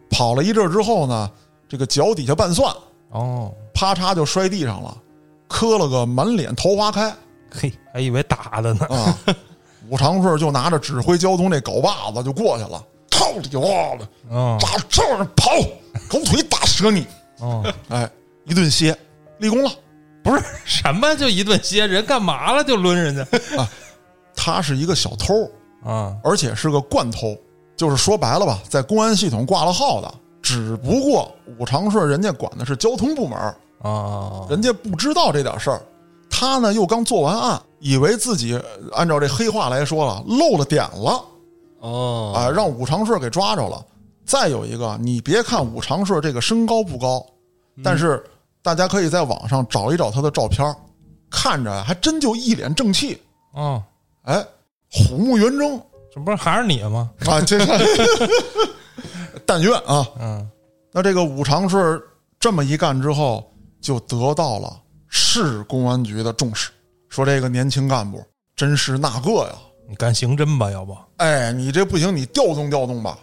Speaker 1: 跑了一阵儿之后呢，这个脚底下拌蒜，
Speaker 2: 哦，
Speaker 1: 啪嚓就摔地上了，磕了个满脸桃花开
Speaker 2: 嘿，还以为打的呢，
Speaker 1: 啊。武长顺就拿着指挥交通这镐把子就过去了，操你妈的，
Speaker 2: 哦
Speaker 1: 打这儿跑，狗腿打折你！
Speaker 2: 哦，
Speaker 1: 哎，一顿歇，立功了。
Speaker 2: 不是什么就一顿歇，人干嘛了就抡人家
Speaker 1: 他是一个小偷，
Speaker 2: 啊？
Speaker 1: 而且是个惯偷，就是说白了吧，在公安系统挂了号的。只不过武长顺人家管的是交通部门，
Speaker 2: 哦，
Speaker 1: 人家不知道这点事儿。他呢又刚做完案，以为自己呃按照这黑话来说了，漏了点了
Speaker 3: 哦
Speaker 1: 啊、让武长顺给抓着了。再有一个，你别看武长顺这个身高不高，但是大家可以在网上找一找他的照片儿，看着还真就一脸正气，
Speaker 2: 哦，
Speaker 1: 哎，虎目圆睁
Speaker 2: 这不是还是你吗？
Speaker 1: 啊，这个但愿啊。
Speaker 2: 嗯，
Speaker 1: 那这个武长顺这么一干之后，就得到了市公安局的重视，说这个年轻干部真是那个呀，
Speaker 2: 你干刑侦吧，要不？
Speaker 1: 哎，你这不行，你调动调动吧，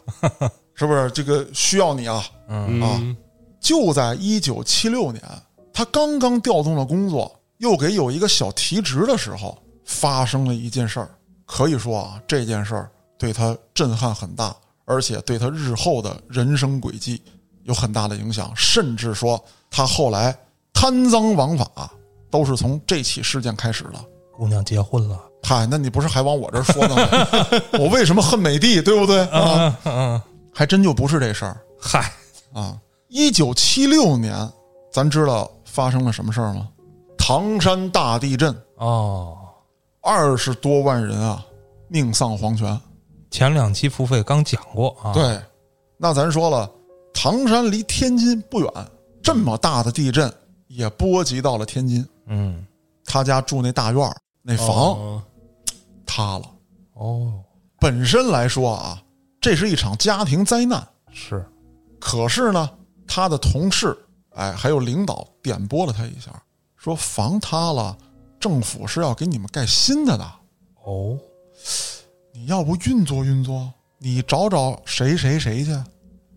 Speaker 1: 是不是？这个需要你啊。
Speaker 2: 嗯，
Speaker 3: 嗯
Speaker 1: 就在一九七六年，他刚刚调动了工作，又给有一个小提职的时候，发生了一件事儿。可以说啊，这件事儿对他震撼很大，而且对他日后的人生轨迹有很大的影响，甚至说他后来贪赃枉法都是从这起事件开始的。
Speaker 2: 姑娘结婚了，
Speaker 1: 嗨，那你不是还往我这儿说呢吗？我为什么恨美帝，对不对啊？
Speaker 2: 嗯嗯，
Speaker 1: 还真就不是这事儿。
Speaker 2: 嗨，
Speaker 1: 啊，一九七六年，咱知道发生了什么事儿吗？唐山大地震，
Speaker 2: 哦，
Speaker 1: 二十多万人啊，命丧黄泉。
Speaker 2: 前两期付费刚讲过啊，，
Speaker 1: 对，那咱说了，唐山离天津不远，这么大的地震也波及到了天津。
Speaker 2: 嗯，
Speaker 1: 他家住那大院儿，那房
Speaker 3: 哦
Speaker 1: 塌了。
Speaker 2: 哦，
Speaker 1: 本身来说啊，这是一场家庭灾难。
Speaker 2: 是，
Speaker 1: 可是呢，他的同事，哎，还有领导点拨了他一下，说房塌了，政府是要给你们盖新的的，
Speaker 2: 哦，
Speaker 1: 你要不运作运作，你找找谁谁谁去，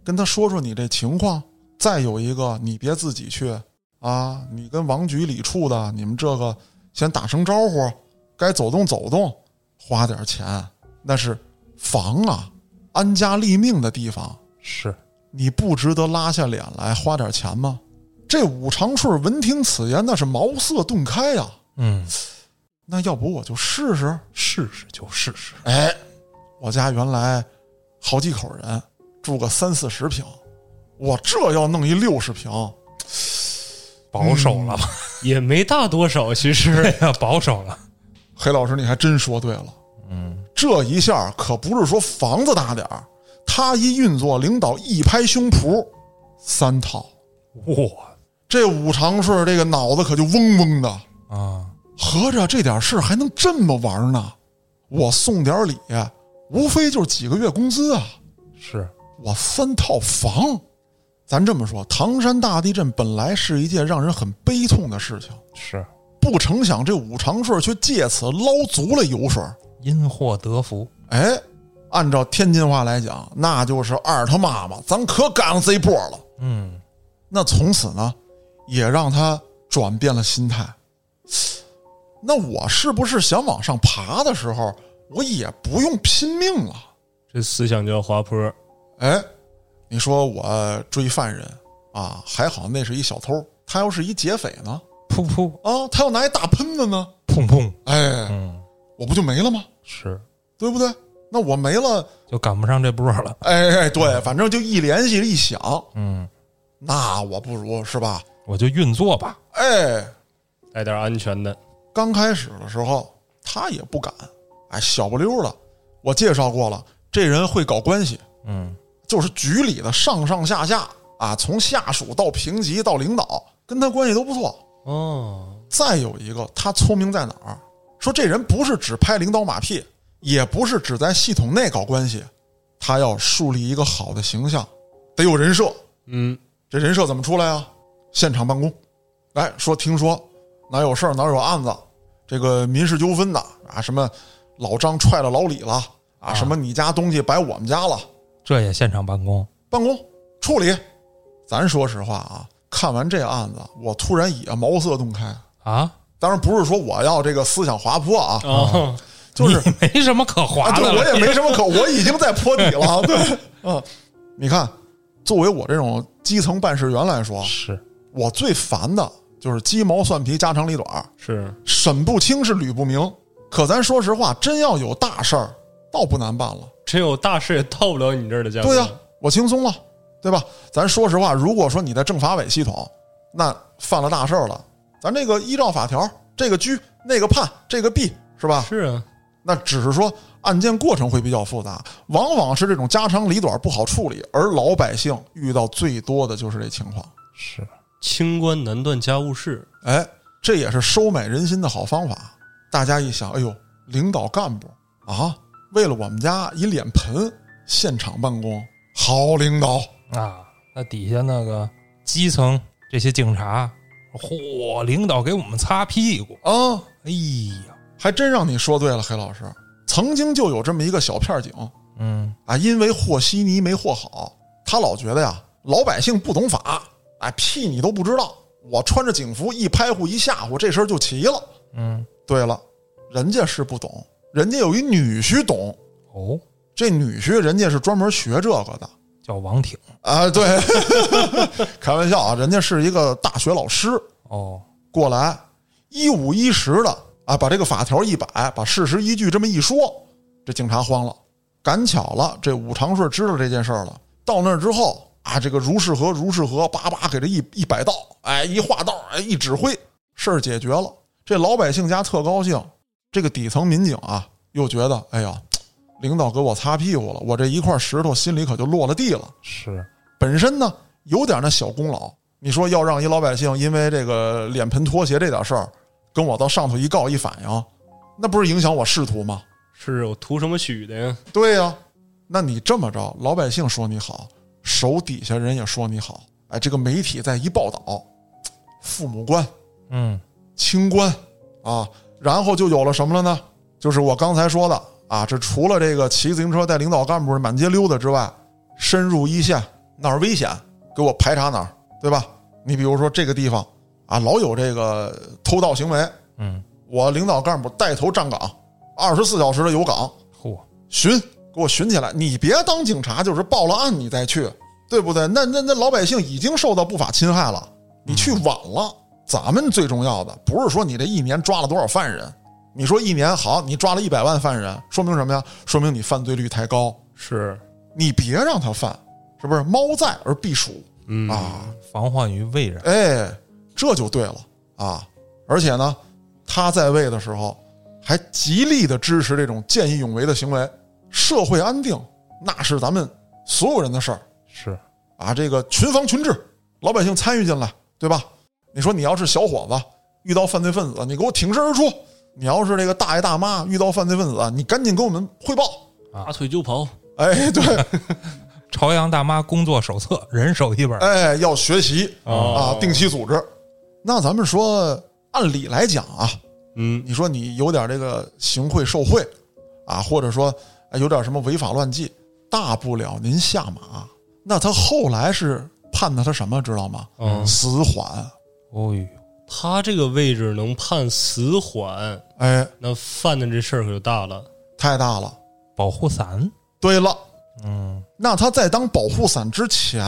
Speaker 1: 跟他说说你这情况。再有一个，你别自己去啊，你跟王局、李处的，你们这个先打声招呼，该走动走动，花点钱，那是房啊，安家立命的地方。
Speaker 2: 是，
Speaker 1: 你不值得拉下脸来花点钱吗？这武长顺闻听此言，那是茅塞顿开呀、
Speaker 2: 嗯，
Speaker 1: 那要不我就试试？
Speaker 2: 试试就试试，
Speaker 1: 哎，我家原来好几口人，住个三四十平，我这要弄一六十平，
Speaker 2: 保守了吧？
Speaker 3: 也没大多少，其 实
Speaker 2: 对呀， 保守了，
Speaker 1: 黑老师你还真说对了。
Speaker 2: 嗯，
Speaker 1: 这一下可不是说房子大点儿，他一运作，领导一拍胸脯，三套。
Speaker 2: 哇
Speaker 1: 这武长顺这个脑子可就嗡嗡的，
Speaker 2: 啊，
Speaker 1: 合着这点事儿还能这么玩呢？我送点礼，无非就是几个月工资啊！
Speaker 2: 是，
Speaker 1: 我三套房。咱这么说，唐山大地震本来是一件让人很悲痛的事情，
Speaker 2: 是，
Speaker 1: 不成想这武长顺却借此捞足了油水儿。
Speaker 2: 因祸得福，
Speaker 1: 哎，按照天津话来讲，那就是二他妈妈，咱可赶上这波了。
Speaker 2: 嗯，
Speaker 1: 那从此呢，也让他转变了心态。那我是不是想往上爬的时候，我也不用拼命了？
Speaker 3: 这思想叫滑坡。
Speaker 1: 哎，你说我追犯人啊，还好那是一小偷，他要是一劫匪呢？
Speaker 2: 噗噗
Speaker 1: 啊，他要拿一大喷子呢？
Speaker 2: 砰砰，
Speaker 1: 哎，
Speaker 2: 嗯，
Speaker 1: 我不就没了吗？
Speaker 2: 是
Speaker 1: 对不对？那我没了，
Speaker 2: 就赶不上这波了，
Speaker 1: 哎哎，对，反正就一联系一想，
Speaker 2: 嗯，
Speaker 1: 那我不如是吧？
Speaker 2: 我就运作吧，
Speaker 1: 哎，
Speaker 3: 带点安全的，
Speaker 1: 刚开始的时候他也不敢，哎，小不溜儿的。我介绍过了，这人会搞关系，
Speaker 2: 嗯，
Speaker 1: 就是局里的上上下下啊，从下属到平级到领导，跟他关系都不错。
Speaker 3: 哦，
Speaker 1: 再有一个，他聪明在哪儿？说这人不是只拍领导马屁，也不是只在系统内搞关系，他要树立一个好的形象，得有人设。
Speaker 3: 嗯，
Speaker 1: 这人设怎么出来啊？现场办公，来说听说哪有事儿哪有案子，这个民事纠纷的啊，什么老张踹了老李了啊，什么你家东西摆我们家了，
Speaker 2: 这也现场办公，
Speaker 1: 办公处理。咱说实话啊，看完这案子，我突然也茅塞顿开。
Speaker 2: 啊，
Speaker 1: 当然不是说我要这个思想滑坡啊，
Speaker 3: 哦，
Speaker 1: 就是
Speaker 2: 你没什么可
Speaker 1: 啊，
Speaker 2: 划
Speaker 1: 对
Speaker 2: 的
Speaker 1: 我
Speaker 2: 了，
Speaker 1: 也没什么 可，我已经在坡底了。对，嗯，你看，作为我这种基层办事员来说，啊
Speaker 2: 是
Speaker 1: 我最烦的就是鸡毛蒜皮、家长里短儿，
Speaker 3: 是，
Speaker 1: 审不清是捋不明。可咱说实话，真要有大事儿，倒不难办了。
Speaker 3: 真有大事也到不了你这儿的家，
Speaker 1: 对呀、我轻松了，对吧？咱说实话，如果说你在政法委系统，那犯了大事儿了，咱这个依照法条，这个拘，那个判，这个毙，是吧？
Speaker 3: 是啊，
Speaker 1: 那只是说案件过程会比较复杂，往往是这种家长里短不好处理，而老百姓遇到最多的就是这情况。
Speaker 2: 是，
Speaker 3: 清官难断家务事，
Speaker 1: 哎，这也是收买人心的好方法。大家一想，哎呦，领导干部啊，为了我们家一脸盆，现场办公，好领导，
Speaker 2: 啊，那底下那个基层这些警察，嚯，领导给我们擦屁股，
Speaker 1: 啊，
Speaker 2: 哎呀，
Speaker 1: 还真让你说对了，黑老师。曾经就有这么一个小片警
Speaker 2: 嗯，
Speaker 1: 啊，因为和稀泥没和好，他老觉得呀，老百姓不懂法，哎，屁你都不知道，我穿着警服一拍呼一吓唬，这事儿就齐了。
Speaker 2: 嗯，
Speaker 1: 对了，人家是不懂，人家有一女婿懂，
Speaker 2: 哦，
Speaker 1: 这女婿人家是专门学这个的
Speaker 2: 叫王挺，
Speaker 1: 啊，对， 开玩笑啊，人家是一个大学老师
Speaker 2: 哦，
Speaker 1: 过来，一五一十的啊，把这个法条一摆，把事实依据这么一说，这警察慌了。赶巧了，这武长顺知道这件事儿了，到那儿之后啊，这个如是和如是和，叭叭给这一一摆道，哎，一画道，哎，一指挥，事儿解决了。这老百姓家特高兴，这个底层民警啊，又觉得，哎呀，领导给我擦屁股了，我这一块石头心里可就落了地了。
Speaker 2: 是，
Speaker 1: 本身呢有点那小功劳。你说要让一老百姓因为这个脸盆拖鞋这点事儿，跟我到上头一告一反映，那不是影响我仕途吗？
Speaker 3: 是我图什么许的呀？
Speaker 1: 对呀、那你这么着，老百姓说你好，手底下人也说你好，哎，这个媒体再一报道，父母官、
Speaker 2: 嗯，
Speaker 1: 清官啊，然后就有了什么了呢？就是我刚才说的啊，这除了这个骑自行车带领导干部满街溜达之外，深入一线哪儿危险，给我排查哪儿，对吧？你比如说这个地方啊，老有这个偷盗行为，
Speaker 2: 嗯，
Speaker 1: 我领导干部带头站岗，二十四小时的有岗
Speaker 2: 嚯，
Speaker 1: 巡，给我巡起来。你别当警察，就是报了案你再去，对不对？那那那老百姓已经受到不法侵害了，你去晚了。咱们最重要的不是说你这一年抓了多少犯人，你说一年好，你抓了一百万犯人，说明什么呀？说明你犯罪率太高。
Speaker 3: 是，
Speaker 1: 你别让他犯，是不是？猫在而必鼠
Speaker 3: 嗯
Speaker 1: 啊！
Speaker 2: 防患于未然，
Speaker 1: 哎，这就对了啊！而且呢，他在位的时候还极力的支持这种见义勇为的行为，社会安定那是咱们所有人的事儿
Speaker 2: 是，
Speaker 1: 啊！这个群防群治，老百姓参与进来，对吧？你说你要是小伙子遇到犯罪分子，你给我挺身而出；你要是这个大爷大妈遇到犯罪分子，你赶紧给我们汇报。
Speaker 3: 拔腿就跑，
Speaker 1: 哎，对，
Speaker 2: 朝阳大妈工作手册人手一本，
Speaker 1: 哎，要学习、
Speaker 3: 哦
Speaker 1: 啊，定期组织。那咱们说，按理来讲啊，
Speaker 3: 嗯，
Speaker 1: 你说你有点这个行贿受贿啊，或者说哎有点什么违法乱纪，大不了您下马。那他后来是判的他什么知道吗？
Speaker 3: 嗯
Speaker 1: 死缓。
Speaker 2: 哦呦，
Speaker 3: 他这个位置能判死缓，
Speaker 1: 哎，
Speaker 3: 那犯的这事儿可就大了，
Speaker 1: 太大了。
Speaker 2: 保护伞，
Speaker 1: 对了，
Speaker 2: 嗯
Speaker 1: 那他在当保护伞之前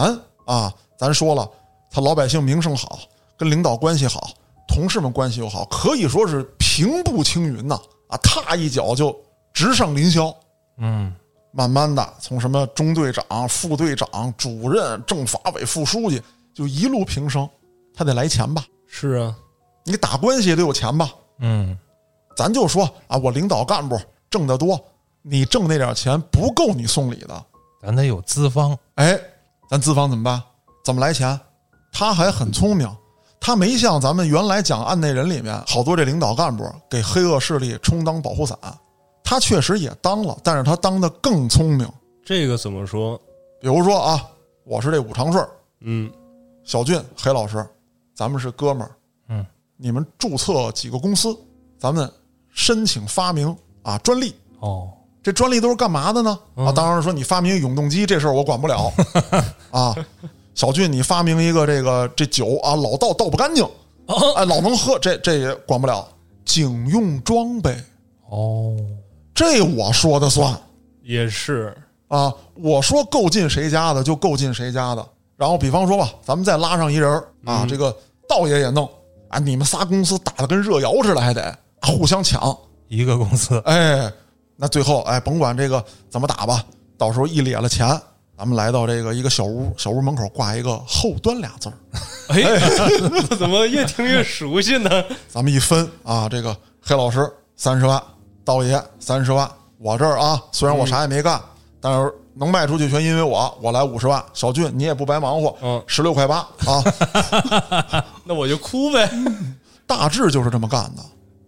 Speaker 1: 啊，咱说了，他老百姓名声好，跟领导关系好，同事们关系又好，可以说是平步青云呐、啊！踏一脚就直上凌霄。
Speaker 2: 嗯
Speaker 1: 慢慢的，从什么中队长、副队长、主任、政法委副书记，就一路平升。他得来钱吧？
Speaker 3: 是啊，
Speaker 1: 你打关系也得有钱吧？
Speaker 2: 嗯
Speaker 1: 咱就说啊，我领导干部挣得多，你挣那点钱不够你送礼的，
Speaker 2: 咱得有资方，
Speaker 1: 哎，咱资方怎么办？怎么来钱？他还很聪明，他没像咱们原来讲案内人里面好多这领导干部给黑恶势力充当保护伞，他确实也当了，但是他当的更聪明。
Speaker 3: 这个怎么说？
Speaker 1: 比如说啊，我是这武长顺，
Speaker 3: 嗯，
Speaker 1: 小俊、黑老师，咱们是哥们儿，
Speaker 2: 嗯，
Speaker 1: 你们注册几个公司，咱们申请发明啊专利，
Speaker 2: 哦，
Speaker 1: 这专利都是干嘛的呢？啊，当然说你发明永动机这事儿我管不了啊。小俊，你发明一个这个这酒啊，老倒倒不干净，哎，老能喝，这这也管不了。警用装备，
Speaker 2: 哦，
Speaker 1: 这我说的算
Speaker 3: 也是，
Speaker 1: 啊，我说够进谁家的就够进谁家的。然后比方说吧，咱们再拉上一人儿啊，这个道爷也弄啊，你们仨公司打得跟热窑似的，还得、啊互相抢。
Speaker 2: 一个公司，
Speaker 1: 哎，那最后哎，甭管这个怎么打吧，到时候一咧了钱，咱们来到这个一个小屋，小屋门口挂一个“后端”俩字儿，
Speaker 3: 哎， 怎么越听越熟悉呢？
Speaker 1: 咱们一分啊，这个黑老师三十万，道爷三十万，我这儿啊，虽然我啥也没干，但是能卖出去全因为我，我来五十万，小俊你也不白忙活，
Speaker 3: 嗯
Speaker 1: 十六块八啊，
Speaker 3: 那我就哭呗。
Speaker 1: 大致就是这么干的。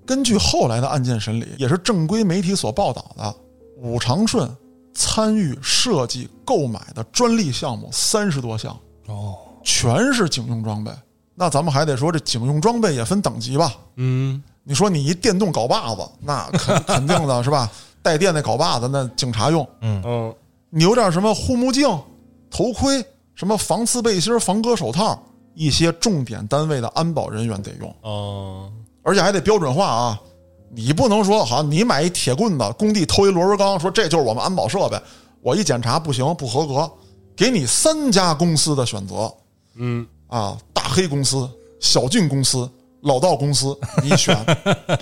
Speaker 1: 根据后来的案件审理，也是正规媒体所报道的，武长顺参与设计、购买的专利项目三十多项，
Speaker 2: 哦，
Speaker 1: 全是警用装备。那咱们还得说，这警用装备也分等级吧？
Speaker 3: 嗯，
Speaker 1: 你说你一电动镐把子，那肯肯定的是吧？带电那镐把子，那警察用。
Speaker 3: 嗯，
Speaker 1: 你有点什么护目镜、头盔、什么防刺背心、防割手套，一些重点单位的安保人员得用。
Speaker 3: 哦，
Speaker 1: 而且还得标准化啊！你不能说好像你买一铁棍子，工地偷一螺纹钢，说这就是我们安保设备，我一检查不行，不合格，给你三家公司的选择
Speaker 3: 嗯，
Speaker 1: 啊，大黑公司、小俊公司、老道公司，你选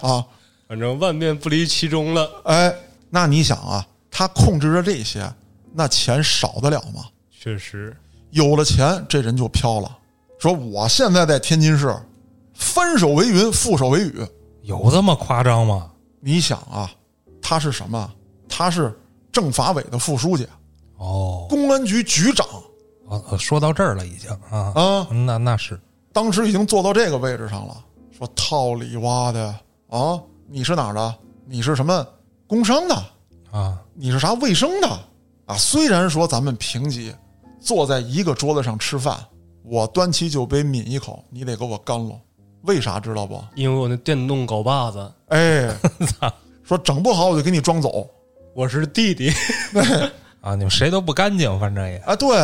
Speaker 1: 啊！
Speaker 3: 反正万变不离其宗了，
Speaker 1: 哎，那你想啊，他控制着这些，那钱少得了吗？
Speaker 3: 确实，
Speaker 1: 有了钱，这人就飘了。说我现在在天津市，翻手为云，覆手为雨，
Speaker 2: 有这么夸张吗？
Speaker 1: 你想啊，他是什么？他是政法委的副书记，
Speaker 2: 哦，
Speaker 1: 公安局局长
Speaker 2: 哦说到这儿了已经啊，
Speaker 1: 啊，
Speaker 2: 那那是
Speaker 1: 当时已经坐到这个位置上了。说套里挖的啊，你是哪儿的？你是什么工商的？
Speaker 2: 啊，
Speaker 1: 你是啥卫生的？啊，虽然说咱们平级，坐在一个桌子上吃饭，我端起酒杯抿一口，你得给我干了，为啥知道不？
Speaker 3: 因为我那电动镐把子，
Speaker 1: 哎，说整不好我就给你装走。
Speaker 3: 我是弟弟，
Speaker 2: 啊，你们谁都不干净，反正也
Speaker 1: 啊，对，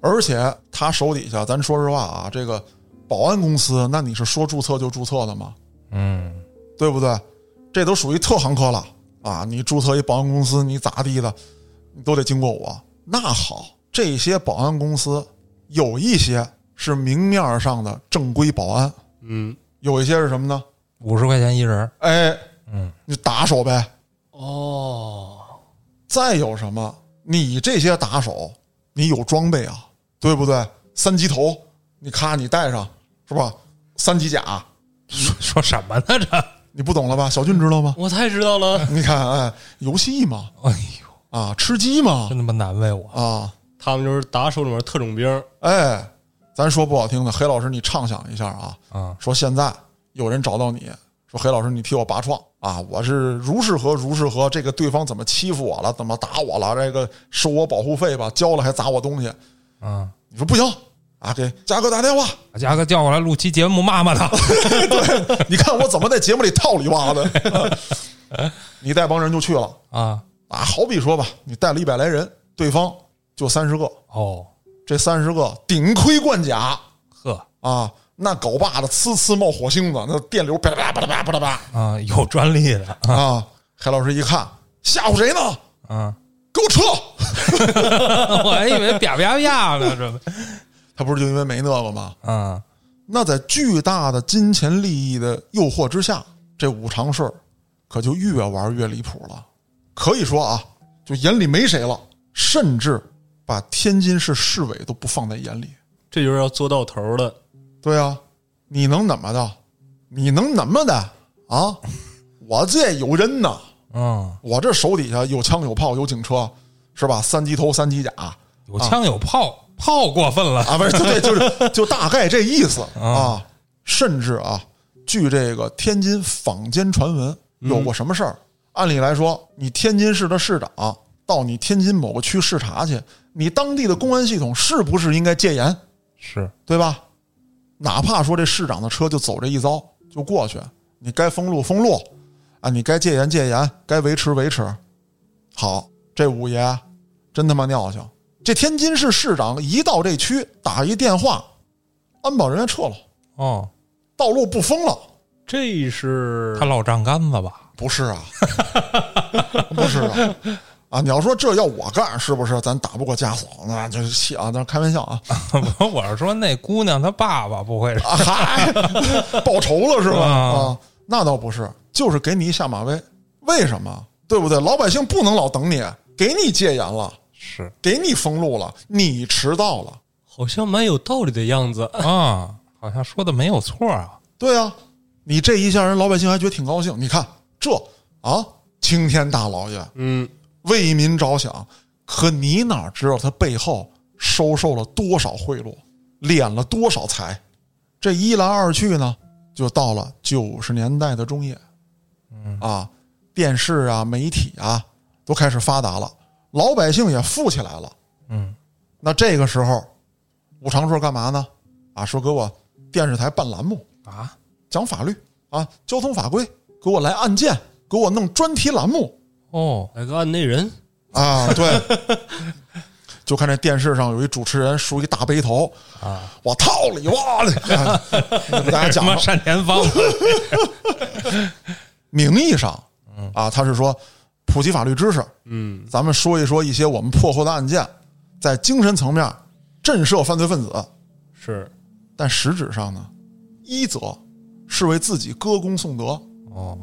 Speaker 1: 而且他手底下，咱说实话啊，这个保安公司，那你是说注册就注册的吗？
Speaker 2: 嗯
Speaker 1: 对不对？这都属于特行科了啊！你注册一保安公司，你咋地的，你都得经过我。那好，这些保安公司有一些是明面上的正规保安，
Speaker 3: 嗯，
Speaker 1: 有一些是什么呢？
Speaker 2: 五十块钱一人儿，
Speaker 1: 哎，
Speaker 2: 嗯，
Speaker 1: 你打手呗。
Speaker 3: 哦，
Speaker 1: 再有什么，你这些打手，你有装备啊，对不对？三级头，你咔你戴上是吧？三级甲，
Speaker 2: 说说什么呢这？
Speaker 1: 你不懂了吧？小俊知道吗？
Speaker 3: 我太知道了，
Speaker 1: 你看，哎，游戏嘛，
Speaker 2: 哎呦，
Speaker 1: 啊，吃鸡嘛
Speaker 2: 真，他妈难为我！
Speaker 1: 啊，
Speaker 3: 他们就是打手里面特种兵，
Speaker 1: 哎，咱说不好听的，黑老师，你畅想一下啊，
Speaker 2: 啊，
Speaker 1: 说现在有人找到你说，黑老师，你替我拔创啊，我是如是何如是何，这个对方怎么欺负我了，怎么打我了，这个收我保护费吧，交了还砸我东西，
Speaker 2: 啊，
Speaker 1: 你说不行啊，给嘉哥打电话。
Speaker 2: 把嘉哥啊叫过来录期节目，骂骂他。
Speaker 1: 你看我怎么在节目里套里挖的？ 你带帮人就去了
Speaker 2: 啊，
Speaker 1: 啊！好比说吧，你带了一百来人，对方就三十个，
Speaker 2: 哦，
Speaker 1: 这三十个顶盔贯甲
Speaker 2: 呵，
Speaker 1: 啊，那镐把子呲呲冒火星子，那电流啪啦啪啦啪啦啪啦啪
Speaker 2: 啊，有专利的，
Speaker 1: 啦啊！黑老师一看，吓唬谁呢？
Speaker 2: 啊，
Speaker 1: 给我撤！
Speaker 2: 我还以为啪啪啪呢，这
Speaker 1: 他不是就因为没那个吗？
Speaker 2: 啊，
Speaker 1: 那在巨大的金钱利益的诱惑之下，这五常顺儿可就越玩越离谱了。可以说啊，就眼里没谁了，甚至把天津市市委都不放在眼里。
Speaker 3: 这就是要做到头了。
Speaker 1: 对啊，你能怎么的？你能怎么的啊？我这有人呐，
Speaker 2: 嗯，
Speaker 1: 我这手底下有枪有炮有警车，是吧？三级头三级甲
Speaker 2: 有枪有炮，炮过分了，
Speaker 1: 啊，不是，对，就是就大概这意思啊。甚至啊，据这个天津坊间传闻，有过什么事儿？按理来说，你天津市的市长到你天津某个区视察去，你当地的公安系统是不是应该戒严？
Speaker 2: 是，
Speaker 1: 对吧？哪怕说这市长的车就走这一遭就过去，你该封路封路，啊，你该戒严戒严，该维持维持。好，这五爷真他妈尿性！这天津市市长一到这区打一电话，安保人员撤了，
Speaker 2: 哦，
Speaker 1: 道路不封了。
Speaker 3: 这是
Speaker 2: 他老丈杆子吧？
Speaker 1: 不是啊， 不是啊，啊！你要说这要我干，是不是咱打不过枷锁？那就是气啊！咱开玩笑啊！
Speaker 2: 我 我是说那姑娘她爸爸不会是
Speaker 1: 啊，嗨， 报仇了是吧？
Speaker 2: 啊
Speaker 1: 啊，那倒不是，就是给你一下马威。为什么？对不对？老百姓不能老等你，给你戒严了，
Speaker 2: 是
Speaker 1: 给你封路了，你迟到了。
Speaker 3: 好像蛮有道理的样子。
Speaker 2: 啊，好像说的没有错啊，
Speaker 1: 对啊，你这一下人老百姓还觉得挺高兴。你看这啊，青天大老爷
Speaker 3: 嗯，
Speaker 1: 为民着想，可你哪知道他背后收受了多少贿赂，敛了多少财？这一来二去呢，就到了九十年代的中叶，嗯啊，电视啊、媒体啊都开始发达了，老百姓也富起来了。
Speaker 2: 嗯，
Speaker 1: 那这个时候，武常说干嘛呢？啊，说给我电视台办栏目，
Speaker 2: 啊，
Speaker 1: 讲法律啊，交通法规，给我来案件，给我弄专题栏目。
Speaker 2: 哦，
Speaker 3: 来个案内人，
Speaker 1: 啊，对， 就看这电视上有一主持人梳一大背头啊，我套里 哇的，啊跟大家
Speaker 2: 什
Speaker 1: 讲
Speaker 2: 么
Speaker 1: 了，
Speaker 2: 单田 芳，
Speaker 1: 名义上啊，他是说普及法律知识，
Speaker 3: 嗯，
Speaker 1: 咱们说一说一些我们破获的案件，在精神层面震慑犯罪分子，
Speaker 3: 是
Speaker 1: 但实质上呢，一则是为自己歌功颂德，
Speaker 2: 哦，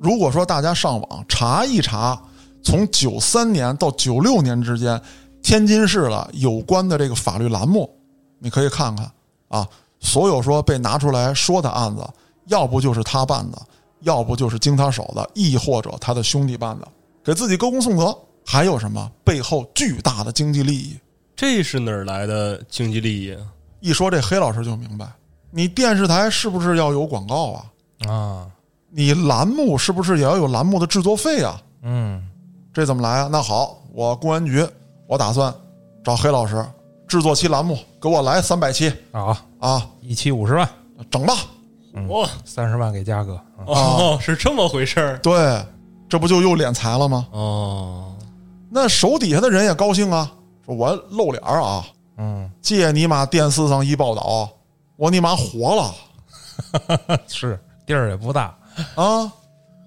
Speaker 1: 如果说大家上网查一查，从九三年到九六年之间，天津市了有关的这个法律栏目，你可以看看啊，所有说被拿出来说的案子，要不就是他办的，要不就是经他手的，亦或者他的兄弟办的，给自己歌功颂德。还有什么背后巨大的经济利益？
Speaker 3: 这是哪儿来的经济利益啊？
Speaker 1: 一说这黑老师就明白，你电视台是不是要有广告啊？
Speaker 2: 啊，
Speaker 1: 你栏目是不是也要有栏目的制作费啊？
Speaker 2: 嗯，
Speaker 1: 这怎么来啊？那好，我公安局，我打算找黑老师制作期栏目，给我来三百期
Speaker 2: 好，
Speaker 1: 啊，
Speaker 2: 一期五十万，
Speaker 1: 整吧。
Speaker 3: 哇
Speaker 2: 三十万给嘉哥，啊
Speaker 3: 哦，是这么回事儿
Speaker 1: 对，这不就又敛财了吗？
Speaker 3: 哦，
Speaker 1: 那手底下的人也高兴啊，说我露脸儿啊，
Speaker 2: 嗯，
Speaker 1: 这你妈电视上一报道，我你妈活了
Speaker 2: 是地儿也不大，
Speaker 1: 啊！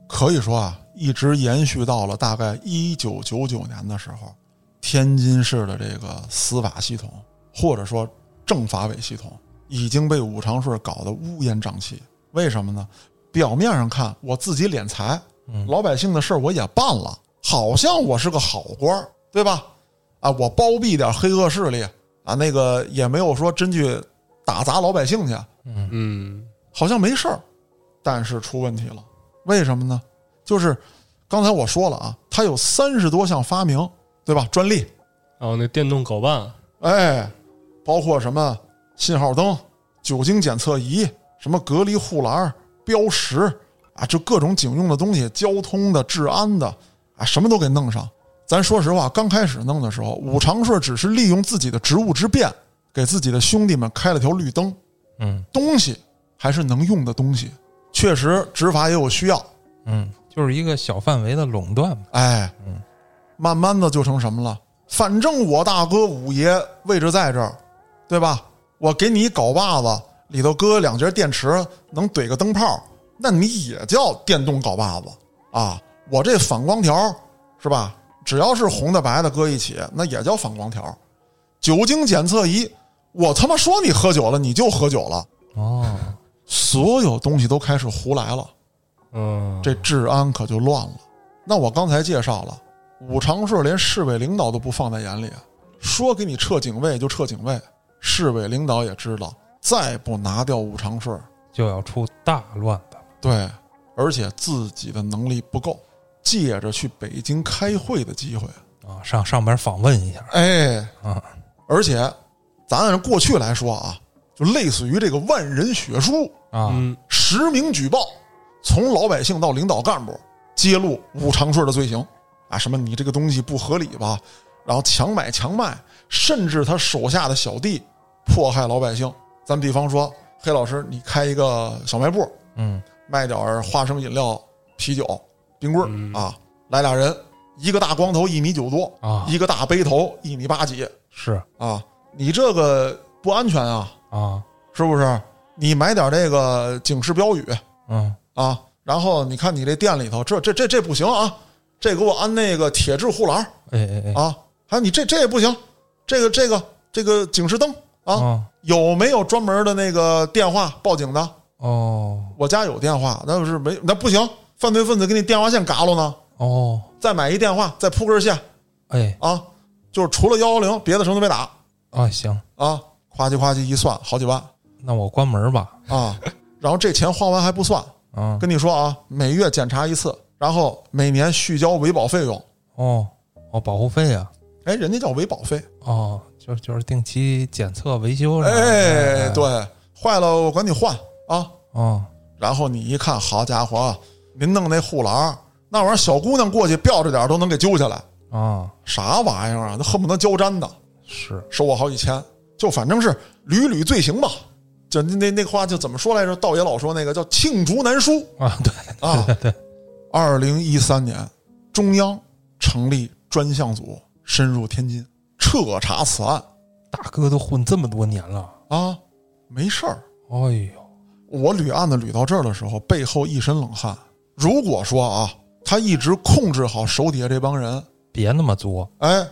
Speaker 1: 可以说啊，一直延续到了大概一九九九年的时候，天津市的这个司法系统或者说政法委系统已经被五常顺搞得乌烟瘴气。为什么呢？表面上看我自己敛财，老百姓的事儿我也办了，好像我是个好官儿，对吧？啊，我包庇点黑恶势力啊，那个也没有说真去打砸老百姓去，
Speaker 3: 嗯，
Speaker 1: 好像没事儿，但是出问题了。为什么呢？就是刚才我说了啊，它有三十多项发明，对吧？专利，
Speaker 3: 哦，那电动镐把，
Speaker 1: 哎，包括什么信号灯、酒精检测仪、什么隔离护栏、标识啊，就各种警用的东西，交通的、治安的啊，什么都给弄上。咱说实话，刚开始弄的时候，武常顺只是利用自己的职务之便，给自己的兄弟们开了条绿灯。
Speaker 2: 嗯
Speaker 1: 东西还是能用的东西，确实执法也有需要。
Speaker 2: 嗯，就是一个小范围的垄断嘛，
Speaker 1: 哎，慢慢的就成什么了？反正我大哥五爷位置在这儿，对吧？我给你一镐把子，里头搁两节电池，能怼个灯泡，那你也叫电动镐把子啊？我这反光条是吧？只要是红的白的搁一起，那也叫反光条。酒精检测仪，我他妈说你喝酒了，你就喝酒了，
Speaker 2: 哦，
Speaker 1: 所有东西都开始胡来了，
Speaker 3: 嗯，
Speaker 1: 这治安可就乱了。那我刚才介绍了，五常市连市委领导都不放在眼里，啊说给你撤警卫就撤警卫，市委领导也知道，再不拿掉五常市，
Speaker 2: 就要出大乱子。
Speaker 1: 对，而且自己的能力不够，借着去北京开会的机会，
Speaker 2: 啊，上上边访问一下
Speaker 1: 哎，
Speaker 2: 啊，
Speaker 1: 而且咱按过去来说啊，就类似于这个万人血书，
Speaker 2: 啊，
Speaker 3: 嗯
Speaker 1: 实名举报，从老百姓到领导干部，揭露五常顺的罪行啊，什么你这个东西不合理吧，然后强买强卖，甚至他手下的小弟迫害老百姓。咱比方说，黑老师，你开一个小卖部，
Speaker 2: 嗯
Speaker 1: 卖点儿花生饮料、啤酒、冰棍儿、啊，来俩人，一个大光头一米九多，
Speaker 2: 啊
Speaker 1: 一个大背头一米八几
Speaker 2: 是
Speaker 1: 啊，你这个不安全啊，
Speaker 2: 啊，
Speaker 1: 是不是？你买点这个警示标语
Speaker 2: 嗯
Speaker 1: 啊，然后你看你这店里头，这这这这不行啊，这给我安那个铁质护栏
Speaker 2: 哎哎哎
Speaker 1: 啊，还有你这这也不行，这个这个这个警示灯啊，
Speaker 2: 啊
Speaker 1: 有没有专门的那个电话报警的？
Speaker 2: 哦
Speaker 1: 我家有电话，那是没那不行，犯罪分子给你电话线嘎了呢，
Speaker 2: 哦
Speaker 1: 再买一电话，再铺根线
Speaker 2: 哎
Speaker 1: 啊，就是除了幺幺零，别的什么都没打
Speaker 2: 啊行，
Speaker 1: 啊，夸叽夸叽一算好几万
Speaker 2: 那我关门吧
Speaker 1: 啊，然后这钱花完还不算，
Speaker 2: 啊
Speaker 1: 跟你说啊，每月检查一次，然后每年续交维保费用，
Speaker 2: 哦哦保护费啊
Speaker 1: 哎，人家叫维保费，
Speaker 2: 哦就就是定期检测维修啥的
Speaker 1: 哎，对，坏了我管你换啊，
Speaker 2: 哦
Speaker 1: 然后你一看，好家伙，您弄那护栏儿那玩意儿，小姑娘过去吊着点儿都能给揪下来。
Speaker 2: 啊
Speaker 1: 啥玩意儿啊？那恨不得交粘的，
Speaker 2: 是
Speaker 1: 收我好几千，就反正是屡屡罪行吧。就那那那话就怎么说来着？道爷老说那个叫罄竹难书
Speaker 2: 啊对
Speaker 1: 啊。 二零一三年，中央成立专项组，深入天津彻查此案
Speaker 2: 大哥都混这么多年了，
Speaker 1: 啊。没事儿，
Speaker 2: 哎呦
Speaker 1: 我捋案子捋到这儿的时候，背后一身冷汗。如果说啊，他一直控制好手底下这帮人，
Speaker 2: 别那么作
Speaker 1: 哎，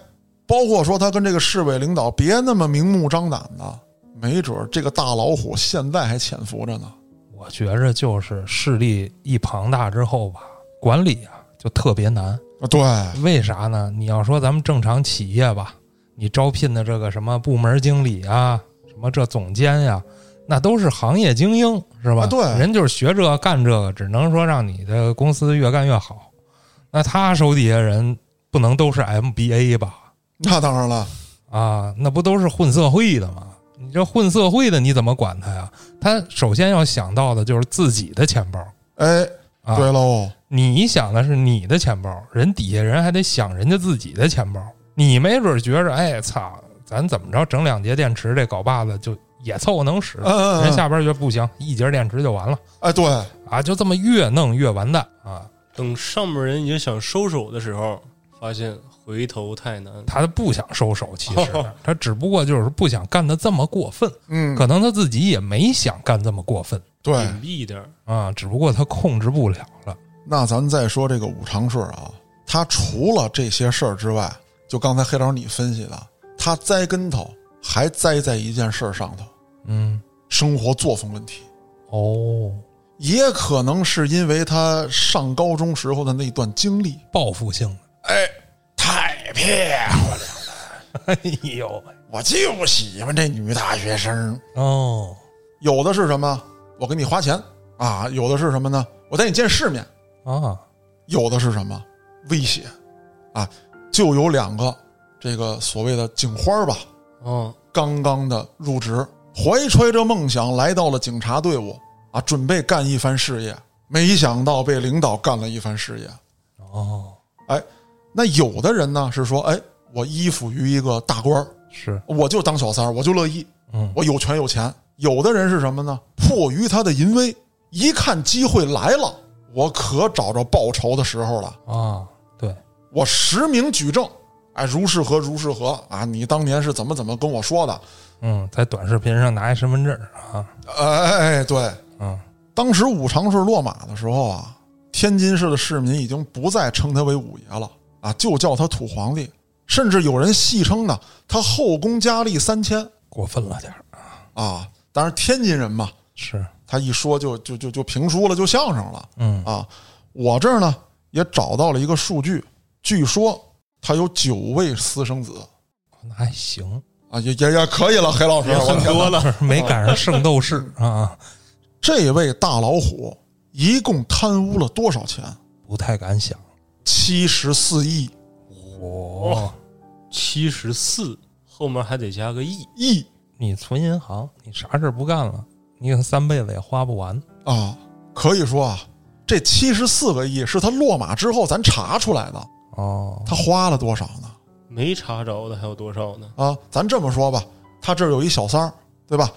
Speaker 1: 包括说他跟这个市委领导别那么明目张胆的，没准儿这个大老虎现在还潜伏着呢。
Speaker 2: 我觉着就是势力一庞大之后吧，管理啊就特别难。
Speaker 1: 啊，对，
Speaker 2: 为啥呢？你要说咱们正常企业吧，你招聘的这个什么部门经理啊，什么这总监呀、那都是行业精英，是吧？
Speaker 1: 啊对
Speaker 2: 人就是学这个干这个，只能说让你的公司越干越好。那他手底下人不能都是 MBA 吧？
Speaker 1: 那当然了，
Speaker 2: 啊，那不都是混社会的吗？你这混社会的你怎么管他呀？他首先要想到的就是自己的钱包
Speaker 1: 哎，
Speaker 2: 啊。
Speaker 1: 对喽，
Speaker 2: 你想的是你的钱包，人底下人还得想人家自己的钱包。你没准觉着，哎操，咱怎么着整两节电池，这镐把子就也凑合能使。
Speaker 1: 嗯嗯
Speaker 2: 人
Speaker 1: 嗯，
Speaker 2: 下边觉得不行，一节电池就完了
Speaker 1: 哎，对，
Speaker 2: 啊，就这么越弄越完蛋啊。
Speaker 3: 等上面人已经想收手的时候，发现回头太难。
Speaker 2: 他不想收手，其实他只不过就是不想干的这么过分，
Speaker 1: 哦嗯，
Speaker 2: 可能他自己也没想干这么过分
Speaker 1: 对
Speaker 3: 隐。蔽一点儿，
Speaker 2: 啊，只不过他控制不了了。
Speaker 1: 那咱再说这个五常顺啊，他除了这些事儿之外，就刚才黑老师你分析的，他栽跟头还栽在一件事儿上头，
Speaker 2: 嗯，
Speaker 1: 生活作风问题。
Speaker 2: 哦，
Speaker 1: 也可能是因为他上高中时候的那段经历，
Speaker 2: 报复性的。
Speaker 1: 太屁股了，
Speaker 2: 哎呦喂，
Speaker 1: 我就喜欢这女大学生。
Speaker 2: 哦，
Speaker 1: 有的是什么？我给你花钱啊！有的是什么呢？我带你见世面。
Speaker 2: 啊，
Speaker 1: 有的是什么？威胁啊！就有两个这个所谓的警花吧，
Speaker 3: 嗯，
Speaker 1: 刚刚的入职，怀揣着梦想来到了警察队伍啊，准备干一番事业，没想到被领导干了一番事业。
Speaker 2: 哦，
Speaker 1: 那有的人呢是说，哎，我依附于一个大官儿，
Speaker 2: 是，
Speaker 1: 我就当小三儿，我就乐意，
Speaker 2: 嗯，
Speaker 1: 我有权有钱。有的人是什么呢？迫于他的淫威，一看机会来了，我可找着报仇的时候了，
Speaker 2: 啊，对，
Speaker 1: 我实名举证，哎，如是何如是何啊，你当年是怎么怎么跟我说的？
Speaker 2: 嗯，在短视频上拿一身份证儿啊，
Speaker 1: 哎，对，
Speaker 2: 嗯，
Speaker 1: 当时五常市落马的时候啊，天津市的市民已经不再称他为五爷了，啊，就叫他土皇帝，甚至有人戏称呢，他后宫佳丽三千
Speaker 2: 过分了点儿，
Speaker 1: 啊。当然，天津人嘛，
Speaker 2: 是，
Speaker 1: 他一说就就就就评书了，就相声了
Speaker 2: 嗯，
Speaker 1: 啊。我这儿呢也找到了一个数据，据说他有九位私生子
Speaker 2: 那还行，
Speaker 1: 啊，也也也可以了，黑老师，
Speaker 3: 也
Speaker 1: 我
Speaker 3: 很
Speaker 1: 天
Speaker 3: 多了。
Speaker 2: 没赶上圣斗士啊，
Speaker 1: 这位大老虎一共贪污了多少钱？
Speaker 2: 不太敢想。
Speaker 1: 七十四亿
Speaker 2: 我，
Speaker 3: 七十四后面还得加个亿，
Speaker 1: 亿
Speaker 2: 你存银行，你啥事儿不干了，你可三辈子也花不完。
Speaker 1: 啊！可以说啊，这七十四个亿是他落马之后咱查出来的，
Speaker 2: 哦，
Speaker 1: 他花了多少呢？
Speaker 3: 没查着的还有多少呢？
Speaker 1: 啊，咱这么说吧，他这儿有一小三儿，对吧？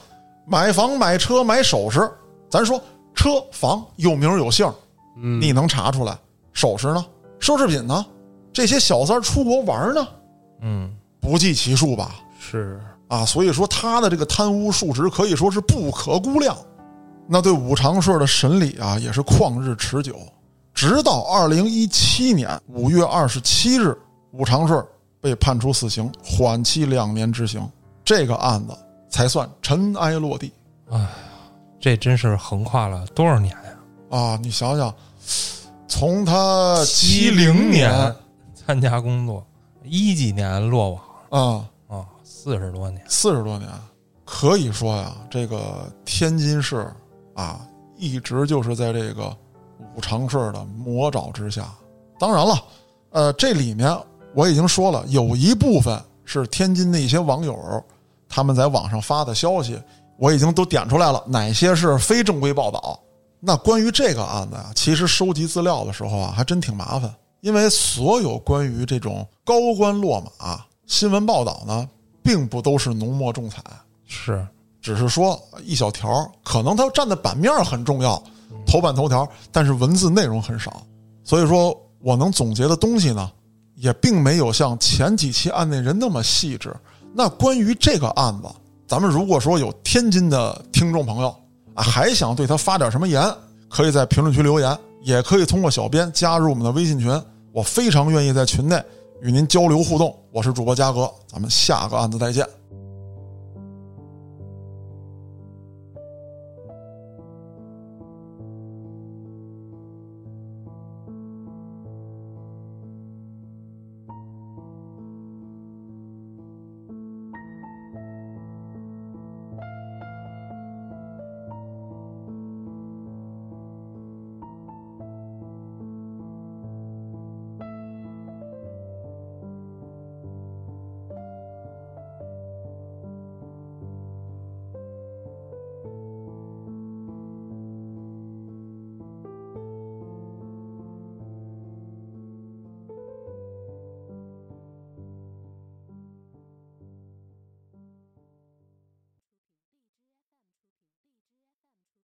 Speaker 1: 买房、买车、买首饰，咱说车房有名有姓，
Speaker 3: 嗯，
Speaker 1: 你能查出来？首饰呢？奢侈品呢？这些小三儿出国玩呢，
Speaker 2: 嗯，
Speaker 1: 不计其数吧？
Speaker 3: 是
Speaker 1: 啊，所以说他的这个贪污数值可以说是不可估量。那对武长顺的审理啊，也是旷日持久，直到二零一七年五月二十七日，武长顺被判处死刑，缓期两年执行，这个案子才算尘埃落地
Speaker 2: 这真是横跨了多少年呀、
Speaker 1: 啊！你想想，从他
Speaker 2: 七
Speaker 1: 呃零
Speaker 2: 年参加工作，一几年落网
Speaker 1: 啊，
Speaker 2: 啊，四、十多年，
Speaker 1: 四十多年，可以说呀，这个天津市啊，一直就是在这个五常市的魔爪之下。当然了，呃，这里面我已经说了，有一部分是天津的一些网友他们在网上发的消息，我已经都点出来了，哪些是非正规报道。那关于这个案子啊，其实收集资料的时候啊，还真挺麻烦，因为所有关于这种高官落马啊新闻报道呢，并不都是浓墨重彩，
Speaker 2: 是
Speaker 1: 只是说一小条儿，可能它占的版面很重要，头版头条，但是文字内容很少。所以说我能总结的东西呢，也并没有像前几期案内人那么细致。那关于这个案子，咱们如果说有天津的听众朋友啊，还想对他发点什么言，可以在评论区留言，也可以通过小编加入我们的微信群，我非常愿意在群内与您交流互动。我是主播嘉哥，咱们下个案子再见，